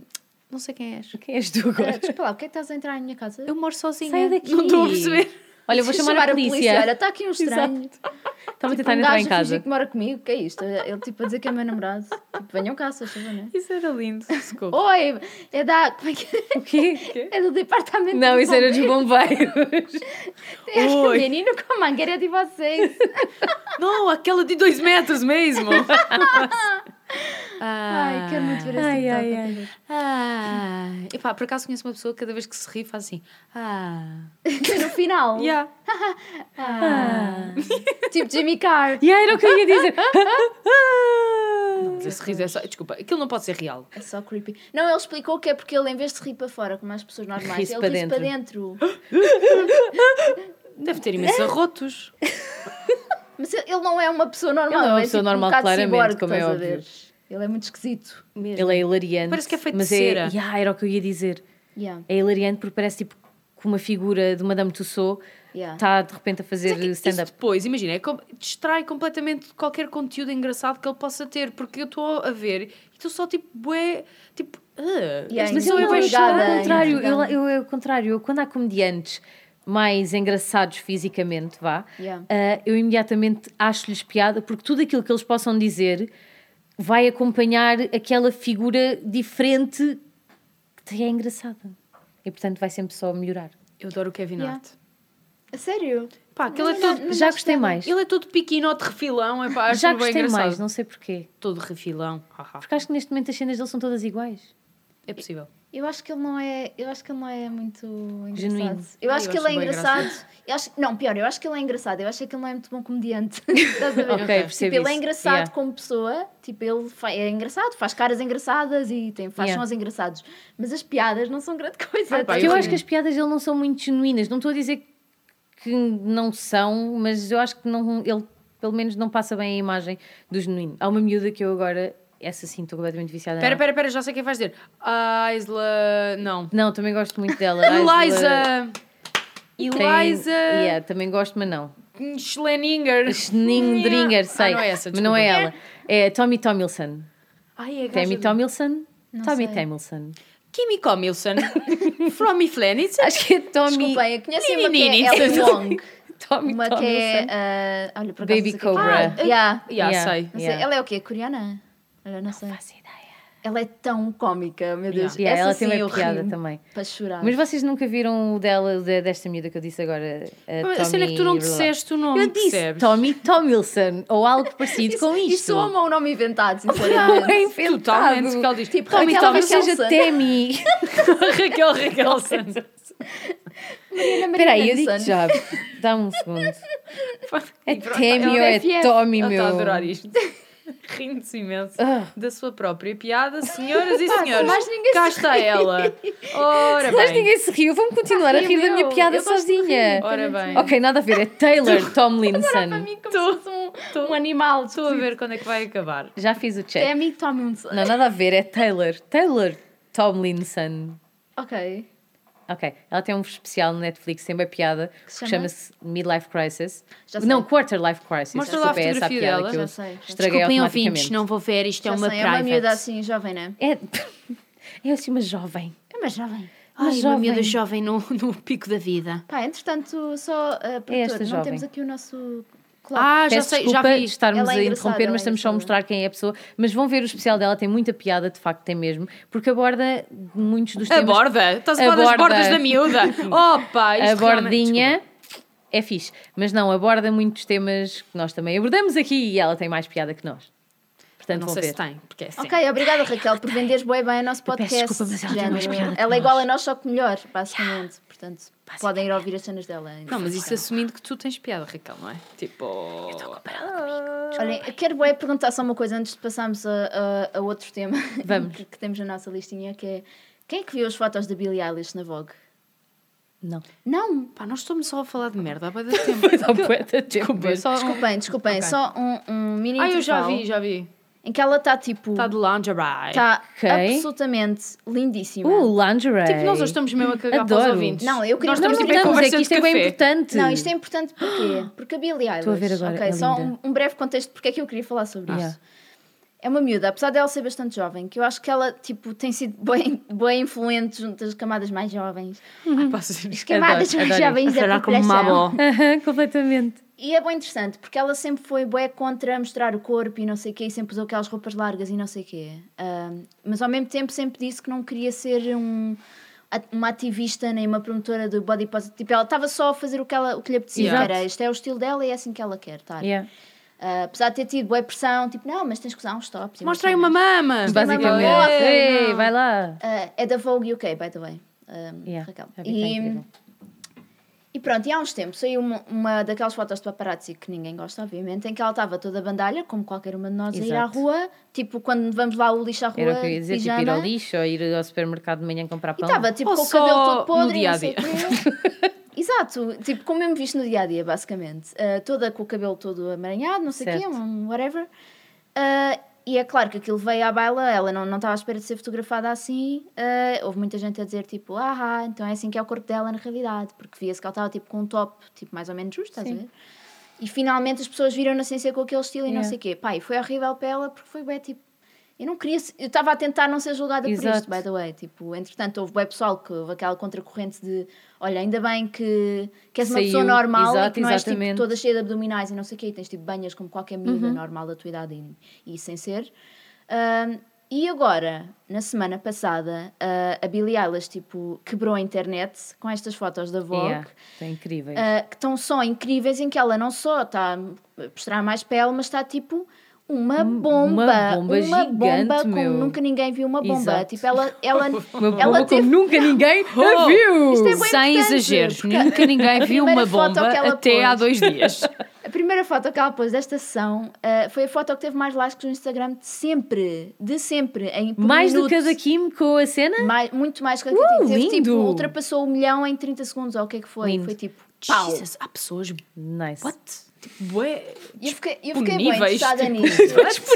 Speaker 1: não sei quem és.
Speaker 2: Quem és tu
Speaker 3: Espera,
Speaker 2: agora?
Speaker 3: Desculpa lá, o que é que estás a entrar na minha casa?
Speaker 1: Eu moro sozinha.
Speaker 2: Sai daqui.
Speaker 1: Não estou a perceber.
Speaker 2: Olha, eu vou chamar, a
Speaker 3: Olha,
Speaker 2: polícia.
Speaker 3: está aqui um estranho.
Speaker 2: Estava a
Speaker 3: Tipo,
Speaker 2: tentar
Speaker 3: um
Speaker 2: entrar em
Speaker 3: gajo a fingir
Speaker 2: casa.
Speaker 3: que mora comigo, que é isto? Ele tipo a dizer que é meu namorado. Tipo, venham cá, se acham, né?
Speaker 1: Isso era lindo. Desculpa.
Speaker 3: Oi, é da. Como é que é?
Speaker 2: O quê?
Speaker 3: É do departamento.
Speaker 2: Não,
Speaker 3: do
Speaker 2: isso era dos bombeiros.
Speaker 3: bombeiro.
Speaker 1: Oi.
Speaker 3: Menino com a mangueira de vocês.
Speaker 1: Não, aquela de dois metros mesmo. Ah.
Speaker 3: Ai, quero muito ver esse
Speaker 2: Ai,
Speaker 3: TikTok.
Speaker 2: ai,
Speaker 3: até hoje.
Speaker 1: Ai. Ah. Epá, por acaso conheço uma pessoa que cada vez que se ri faz assim. Ah.
Speaker 3: No final.
Speaker 1: Yeah.
Speaker 3: Ah. tipo Jimmy Carr.
Speaker 2: E aí era o que eu ia dizer.
Speaker 1: Mas esse riso é só. Desculpa, aquilo não pode ser real.
Speaker 3: É só creepy. Não, ele explicou que é porque ele, em vez de rir para fora, como as pessoas normais,
Speaker 2: Ri-se
Speaker 3: ele
Speaker 2: para
Speaker 3: ri para dentro.
Speaker 1: Deve ter imensos arrotos.
Speaker 3: Mas ele ele não é uma pessoa normal.
Speaker 2: Ele não é uma pessoa
Speaker 3: ele tipo um
Speaker 2: normal,
Speaker 3: bocado
Speaker 2: claramente,
Speaker 3: ciborgue,
Speaker 2: como é
Speaker 3: estás a
Speaker 2: óbvio.
Speaker 3: ver? Ele é muito esquisito. Mesmo.
Speaker 2: Ele é hilariante.
Speaker 1: Parece que é feito de
Speaker 2: mas
Speaker 1: cera.
Speaker 2: É, Yeah, era o que eu ia dizer.
Speaker 3: Yeah,
Speaker 2: É hilariante porque parece tipo que uma figura de Madame Tussauds
Speaker 3: yeah.
Speaker 2: está de repente a fazer
Speaker 1: Mas é que isso
Speaker 2: stand-up.
Speaker 1: Depois, imagina, é como- distrai completamente de qualquer conteúdo engraçado que ele possa ter, porque eu estou a ver e estou só tipo, bué, tipo, ah, esta
Speaker 2: Mas
Speaker 1: pessoa é
Speaker 2: eu não,
Speaker 3: Isso não
Speaker 1: bué
Speaker 2: eu
Speaker 3: obrigada,
Speaker 2: ao
Speaker 1: chata.
Speaker 3: é
Speaker 2: contrário. Eu,
Speaker 3: intrigante.
Speaker 2: eu, eu, ao contrário. Eu, quando há comediantes mais engraçados fisicamente, vá,
Speaker 3: Yeah.
Speaker 2: ah, eu imediatamente acho-lhes piada porque tudo aquilo que eles possam dizer vai acompanhar aquela figura diferente que te é engraçada. E portanto vai sempre só melhorar.
Speaker 1: Eu adoro o Kevin
Speaker 3: Yeah.
Speaker 1: Hart.
Speaker 3: A sério?
Speaker 1: Pá, aquele é
Speaker 3: Não,
Speaker 1: todo.
Speaker 3: não,
Speaker 2: Já
Speaker 3: acho
Speaker 2: gostei
Speaker 3: que-
Speaker 2: mais.
Speaker 1: Ele é todo piquinote refilão, é pá, acho
Speaker 2: Já
Speaker 1: bem
Speaker 2: gostei
Speaker 1: engraçado.
Speaker 2: mais, não sei porquê.
Speaker 1: Todo refilão. haha.
Speaker 2: Porque acho que neste momento as cenas dele são todas iguais.
Speaker 1: É possível.
Speaker 3: Eu acho que ele não é, eu acho que ele não é muito engraçado.
Speaker 2: Genuíno.
Speaker 3: Eu
Speaker 1: Ah,
Speaker 3: acho
Speaker 1: eu
Speaker 3: que ele é
Speaker 1: acho bem
Speaker 3: engraçado. Eu acho, não, pior, eu acho que ele é engraçado. Eu acho é que ele não é muito bom comediante. Estás a ver?
Speaker 1: Tipo,
Speaker 2: Ok, percebo
Speaker 3: Tipo, ele é
Speaker 2: isso.
Speaker 3: engraçado
Speaker 2: Yeah.
Speaker 3: como pessoa, tipo, ele fa- é engraçado, faz caras engraçadas e tem, faz
Speaker 2: Yeah.
Speaker 3: sons engraçados, mas as piadas não são grande coisa. Tipo,
Speaker 1: Ah, pá,
Speaker 2: Porque eu
Speaker 1: eu
Speaker 2: acho
Speaker 1: ri.
Speaker 2: que as piadas dele não são muito genuínas. Não estou a dizer que não são, mas eu acho que não, ele pelo menos não passa bem a imagem do genuíno. Há uma miúda que eu agora, essa sim, estou completamente viciada.
Speaker 1: É. Pera,
Speaker 2: nela.
Speaker 1: pera, pera, já sei quem vais dizer. Isla. Não.
Speaker 2: Não, também gosto muito dela. A Isla
Speaker 1: Eliza.
Speaker 2: tem-
Speaker 1: Eliza.
Speaker 2: Yeah, também gosto, mas não.
Speaker 1: Schleninger.
Speaker 2: Schnindringer, sei.
Speaker 1: Ah, não é essa,
Speaker 2: mas não é
Speaker 1: desculpa.
Speaker 2: ela. É Tommy Tomilson.
Speaker 1: Ai, é a
Speaker 2: Tammy
Speaker 1: gaja do-
Speaker 2: Tomilson?
Speaker 3: Não
Speaker 2: Tommy
Speaker 3: sei.
Speaker 2: Tomilson.
Speaker 1: Kimmy Comilson. From Flannis.
Speaker 2: Acho que é Tommy.
Speaker 3: Desculpem, eu conheci uma que
Speaker 1: Menininini,
Speaker 3: é Ellen
Speaker 1: sabes?
Speaker 3: Wong,
Speaker 2: Tommy
Speaker 3: uma que é.
Speaker 2: Tomilson.
Speaker 3: ah, olha, por acaso
Speaker 2: Baby
Speaker 3: não sei o que é.
Speaker 2: Cobra.
Speaker 3: Ah, yeah,
Speaker 1: Já
Speaker 2: Yeah.
Speaker 1: sei.
Speaker 3: não sei.
Speaker 2: Yeah.
Speaker 3: Ela é o quê? Coreana? Olha, não sei.
Speaker 2: Faço ideia.
Speaker 3: Ela é tão cómica, meu Deus.
Speaker 2: Yeah,
Speaker 3: Essa
Speaker 2: ela
Speaker 3: sim,
Speaker 1: é
Speaker 2: tem
Speaker 3: eu
Speaker 2: uma piada
Speaker 3: rio
Speaker 2: também.
Speaker 3: Para chorar.
Speaker 2: Mas vocês nunca viram o dela, o de- desta miúda que eu disse agora? A
Speaker 1: A cena é que tu não
Speaker 2: Tommy-
Speaker 1: disseste o nome,
Speaker 2: Eu disse
Speaker 1: percebes? é
Speaker 2: Tommy Tomilson ou algo parecido
Speaker 3: isso,
Speaker 2: com isto.
Speaker 3: Isso ama um nome inventado,
Speaker 2: Não,
Speaker 3: sinceramente.
Speaker 2: é inventado.
Speaker 1: Totalmente, porque ela diz
Speaker 3: Tipo,
Speaker 2: Tommy
Speaker 3: Raquel
Speaker 2: talvez seja
Speaker 3: Raquelson.
Speaker 2: Temi.
Speaker 1: Raquel Raquel Santos.
Speaker 2: Espera aí, eu
Speaker 3: Nelson.
Speaker 2: digo já. Dá-me um segundo. É
Speaker 1: E pronto,
Speaker 2: Temi
Speaker 1: ela-
Speaker 2: ou é
Speaker 3: FF.
Speaker 2: Tommy,
Speaker 1: Ela
Speaker 2: meu?
Speaker 1: está a adorar isto. Rindo-se imenso
Speaker 2: Ah.
Speaker 1: da sua própria piada, senhoras e
Speaker 3: Pá,
Speaker 1: senhores.
Speaker 3: mais ninguém
Speaker 1: cá
Speaker 3: se
Speaker 1: está ela. Ora
Speaker 2: Mas
Speaker 1: Tá bem. Tá
Speaker 2: ninguém se riu. Vamos continuar a
Speaker 3: sim,
Speaker 2: rir da minha
Speaker 3: meu,
Speaker 2: piada
Speaker 3: eu gosto de
Speaker 2: sozinha.
Speaker 3: rir.
Speaker 1: Ora bem.
Speaker 2: Ok, nada a ver. É Taylor
Speaker 3: Para
Speaker 2: Tomlinson.
Speaker 3: mim, como
Speaker 1: Tô-
Speaker 3: se fosse um,
Speaker 1: tô-
Speaker 3: um animal.
Speaker 1: Estou a ver quando é que vai acabar.
Speaker 2: Já fiz o check.
Speaker 3: Demi Tomlinson.
Speaker 2: Não, nada a ver. É Taylor. Taylor Tomlinson.
Speaker 3: Ok.
Speaker 2: Ok, ela tem um especial no Netflix, tem uma piada, que
Speaker 3: se chama?
Speaker 2: chama-se Midlife Crisis.
Speaker 3: Já sei.
Speaker 2: Não, Quarter Life Crisis.
Speaker 1: Mostra lá
Speaker 2: Desculpa,
Speaker 1: a fotografia
Speaker 2: é essa a piada
Speaker 1: dela.
Speaker 2: que eu
Speaker 3: Já sei, já sei.
Speaker 2: estraguei automaticamente.
Speaker 1: vou ver, isto
Speaker 3: Já sei, é uma miúda assim, jovem, né?
Speaker 2: É, é assim uma jovem.
Speaker 3: É uma jovem.
Speaker 2: Uma jovem.
Speaker 1: jovem no, no pico da vida.
Speaker 3: Pá, entretanto, só uh, produtor,
Speaker 2: É esta
Speaker 3: não
Speaker 2: jovem.
Speaker 3: temos aqui o nosso
Speaker 1: Ah, já
Speaker 2: Peço
Speaker 1: sei, já
Speaker 2: desculpa
Speaker 1: vi isto.
Speaker 2: estarmos
Speaker 3: Ela é
Speaker 2: a
Speaker 3: engraçada,
Speaker 2: interromper,
Speaker 3: ela é
Speaker 2: mas estamos só a
Speaker 3: engraçada.
Speaker 2: mostrar quem é a pessoa. Mas vão ver o especial dela, tem muita piada, de facto, tem mesmo, porque aborda muitos dos
Speaker 1: A
Speaker 2: temas.
Speaker 1: borda? Estás a falar das
Speaker 2: Aborda.
Speaker 1: bordas da miúda? Opa, isto
Speaker 2: a
Speaker 1: realmente-
Speaker 2: bordinha é fixe, mas não, aborda muitos temas que nós também abordamos aqui e ela tem mais piada que nós. Portanto,
Speaker 1: Não
Speaker 2: vão
Speaker 1: sei
Speaker 2: ver.
Speaker 1: se tem, porque é assim.
Speaker 3: Ok, obrigada Raquel por venderes bem bem o nosso podcast.
Speaker 2: desculpa, mas ela tem
Speaker 3: Género.
Speaker 2: mais piada que
Speaker 3: Ela é
Speaker 2: nós.
Speaker 3: igual a nós, só que melhor, basicamente. Portanto, podem ir ouvir as cenas dela. ainda.
Speaker 1: Não, mas
Speaker 2: é
Speaker 1: isso assumindo que tu tens piada, Raquel, não é? Tipo. Eu estou
Speaker 3: Olhem, eu quero bué perguntar só uma coisa antes de passarmos a, a- a outro tema
Speaker 2: Vamos.
Speaker 3: que, que temos na nossa listinha, que é quem é que viu as fotos da Billie Eilish na Vogue?
Speaker 2: Não.
Speaker 3: Não,
Speaker 1: Pá, nós estamos só a falar de merda há bué de tempo.
Speaker 3: um
Speaker 2: Só poeta, desculpa.
Speaker 1: Só um-
Speaker 3: desculpem, desculpem,
Speaker 1: Ok.
Speaker 3: só um, um mini
Speaker 1: Ah, eu já
Speaker 3: intervalo
Speaker 1: vi, já vi.
Speaker 3: em que ela está tipo,
Speaker 1: Está
Speaker 3: está
Speaker 1: de é lingerie.
Speaker 3: Tá
Speaker 2: Ok.
Speaker 3: absolutamente lindíssima.
Speaker 2: Uh, lingerie.
Speaker 1: Tipo, nós hoje estamos mesmo a cagar para os
Speaker 2: Adoro.
Speaker 1: ouvintes.
Speaker 3: Não, eu queria-
Speaker 1: Nós
Speaker 2: Não,
Speaker 1: estamos
Speaker 2: não
Speaker 1: tipo em
Speaker 2: estamos, é
Speaker 1: conversa
Speaker 2: que
Speaker 1: de
Speaker 2: isto é bem
Speaker 1: café.
Speaker 2: importante.
Speaker 3: Não, isto é importante porquê? Porque a Billie Eilish.
Speaker 2: a ver agora,
Speaker 3: ok,
Speaker 2: é
Speaker 3: só um,
Speaker 2: linda.
Speaker 3: um breve contexto de porque é que eu queria falar sobre
Speaker 2: Yeah.
Speaker 3: isso. É uma miúda, apesar dela ser bastante jovem, que eu acho que ela tipo, tem sido bem, bem influente junto às camadas mais jovens.
Speaker 1: Ai, pá, sim.
Speaker 3: As camadas
Speaker 2: Adoro,
Speaker 3: mais
Speaker 2: adoro.
Speaker 3: jovens da
Speaker 1: Será como
Speaker 3: população.
Speaker 1: uma avó?
Speaker 2: Aham, completamente.
Speaker 3: E é bem interessante, porque ela sempre foi bué contra mostrar o corpo e não sei o quê, e sempre usou aquelas roupas largas e não sei o quê. Ahm, mas ao mesmo tempo sempre disse que não queria ser um, a- uma ativista nem uma promotora do body positive. Tipo, ela estava só a fazer o que, ela, o que lhe apetecia.
Speaker 2: Exato.
Speaker 3: Era, este é o estilo dela e é assim que ela quer estar.
Speaker 2: Yeah.
Speaker 3: Ah, apesar de ter tido boa pressão, tipo, não, mas tens que usar uns tops. e
Speaker 1: Mostra aí
Speaker 3: cenas.
Speaker 1: uma mama.
Speaker 2: Basicamente.
Speaker 3: Boa,
Speaker 2: Ei,
Speaker 1: não.
Speaker 2: vai lá.
Speaker 3: Ah, é da Vogue UK, by the way. Ahm,
Speaker 2: Yeah,
Speaker 3: Raquel.
Speaker 2: já vi, tá
Speaker 3: E,
Speaker 2: incrível.
Speaker 3: e pronto, e há uns tempos saiu uma, uma daquelas fotos de paparazzi que ninguém gosta, obviamente, em que ela estava toda bandalha, como qualquer uma de nós, a ir à
Speaker 2: Exato.
Speaker 3: rua, tipo quando vamos lá o lixo à rua,
Speaker 2: Era o que eu ia dizer, tipo, ir
Speaker 3: pijama,
Speaker 2: ao lixo ou ir ao supermercado de manhã comprar
Speaker 3: e
Speaker 2: pão.
Speaker 3: estava tipo
Speaker 1: Ou
Speaker 3: com o
Speaker 1: só
Speaker 3: cabelo todo
Speaker 1: no
Speaker 3: podre e
Speaker 1: dia a
Speaker 3: não sei o quê. Exato, tipo como eu me visto no dia a dia, basicamente. Ah, toda com o cabelo todo amaranhado, não sei o quê,
Speaker 2: Certo.
Speaker 3: um whatever. Ah, e é claro que aquilo veio à baila, ela não não estava à espera de ser fotografada assim. Ah, houve muita gente a dizer tipo, ah, então é assim que é o corpo dela na realidade, porque via-se que ela estava tipo com um top, tipo mais ou menos justo, estás a ver? E finalmente as pessoas viram-na sem ser com aquele estilo e não
Speaker 2: Yeah.
Speaker 3: sei o quê. Pá, e foi horrível para ela porque foi bem tipo. Eu não queria. se- Eu estava a tentar não ser julgada por
Speaker 2: Exato.
Speaker 3: isto, by the way. Tipo, entretanto, houve bem pessoal que houve aquela contracorrente de olha, ainda bem que, que és uma
Speaker 2: Saiu,
Speaker 3: pessoa normal e
Speaker 2: exato,
Speaker 3: que não és tipo,
Speaker 2: exatamente. Uhum.
Speaker 3: toda cheia de abdominais e não sei o quê, e tens tipo banhas como qualquer miúda normal da tua idade e, e sem ser. Ahm, E agora, na semana passada, ah, a- a Billie Eilish, tipo, quebrou a internet com estas fotos da Vogue.
Speaker 2: Yeah, Estão incríveis.
Speaker 3: Uh, que estão só incríveis em que ela não só está a mostrar mais pele, mas está tipo uma
Speaker 2: Um- uma
Speaker 3: bomba,
Speaker 2: bomba
Speaker 3: uma bomba,
Speaker 2: gigante,
Speaker 3: como
Speaker 2: meu.
Speaker 3: nunca ninguém viu uma bomba.
Speaker 2: Exato.
Speaker 3: Tipo, ela, ela,
Speaker 2: uma bomba
Speaker 3: ela
Speaker 2: como
Speaker 3: teve
Speaker 2: nunca ninguém a
Speaker 1: Oh,
Speaker 2: viu.
Speaker 3: Isto
Speaker 1: Sem
Speaker 3: é bué importante,
Speaker 1: exageros,
Speaker 3: porque a-
Speaker 1: nunca ninguém viu
Speaker 3: primeira
Speaker 1: uma
Speaker 3: foto
Speaker 1: bomba
Speaker 3: que ela
Speaker 1: até
Speaker 3: pôs.
Speaker 1: há dois dias.
Speaker 3: a primeira foto que ela pôs desta sessão uh, foi a foto que teve mais likes no Instagram de sempre, de sempre, em por
Speaker 2: Mais do
Speaker 3: minuto.
Speaker 2: que a da Kim com a cena?
Speaker 3: Mais- muito mais que a que eu tive. Teve, tipo,
Speaker 2: lindo!
Speaker 3: ultrapassou o milhão em 30 segundos, ou o que é que foi?
Speaker 2: Lindo.
Speaker 3: Foi tipo, pau.
Speaker 1: Jesus, há pessoas.
Speaker 2: Nice.
Speaker 1: What? Tipo, bué.
Speaker 3: E eu fiquei, eu fiquei bem
Speaker 1: Disponíveis,
Speaker 3: interessada
Speaker 1: tipo,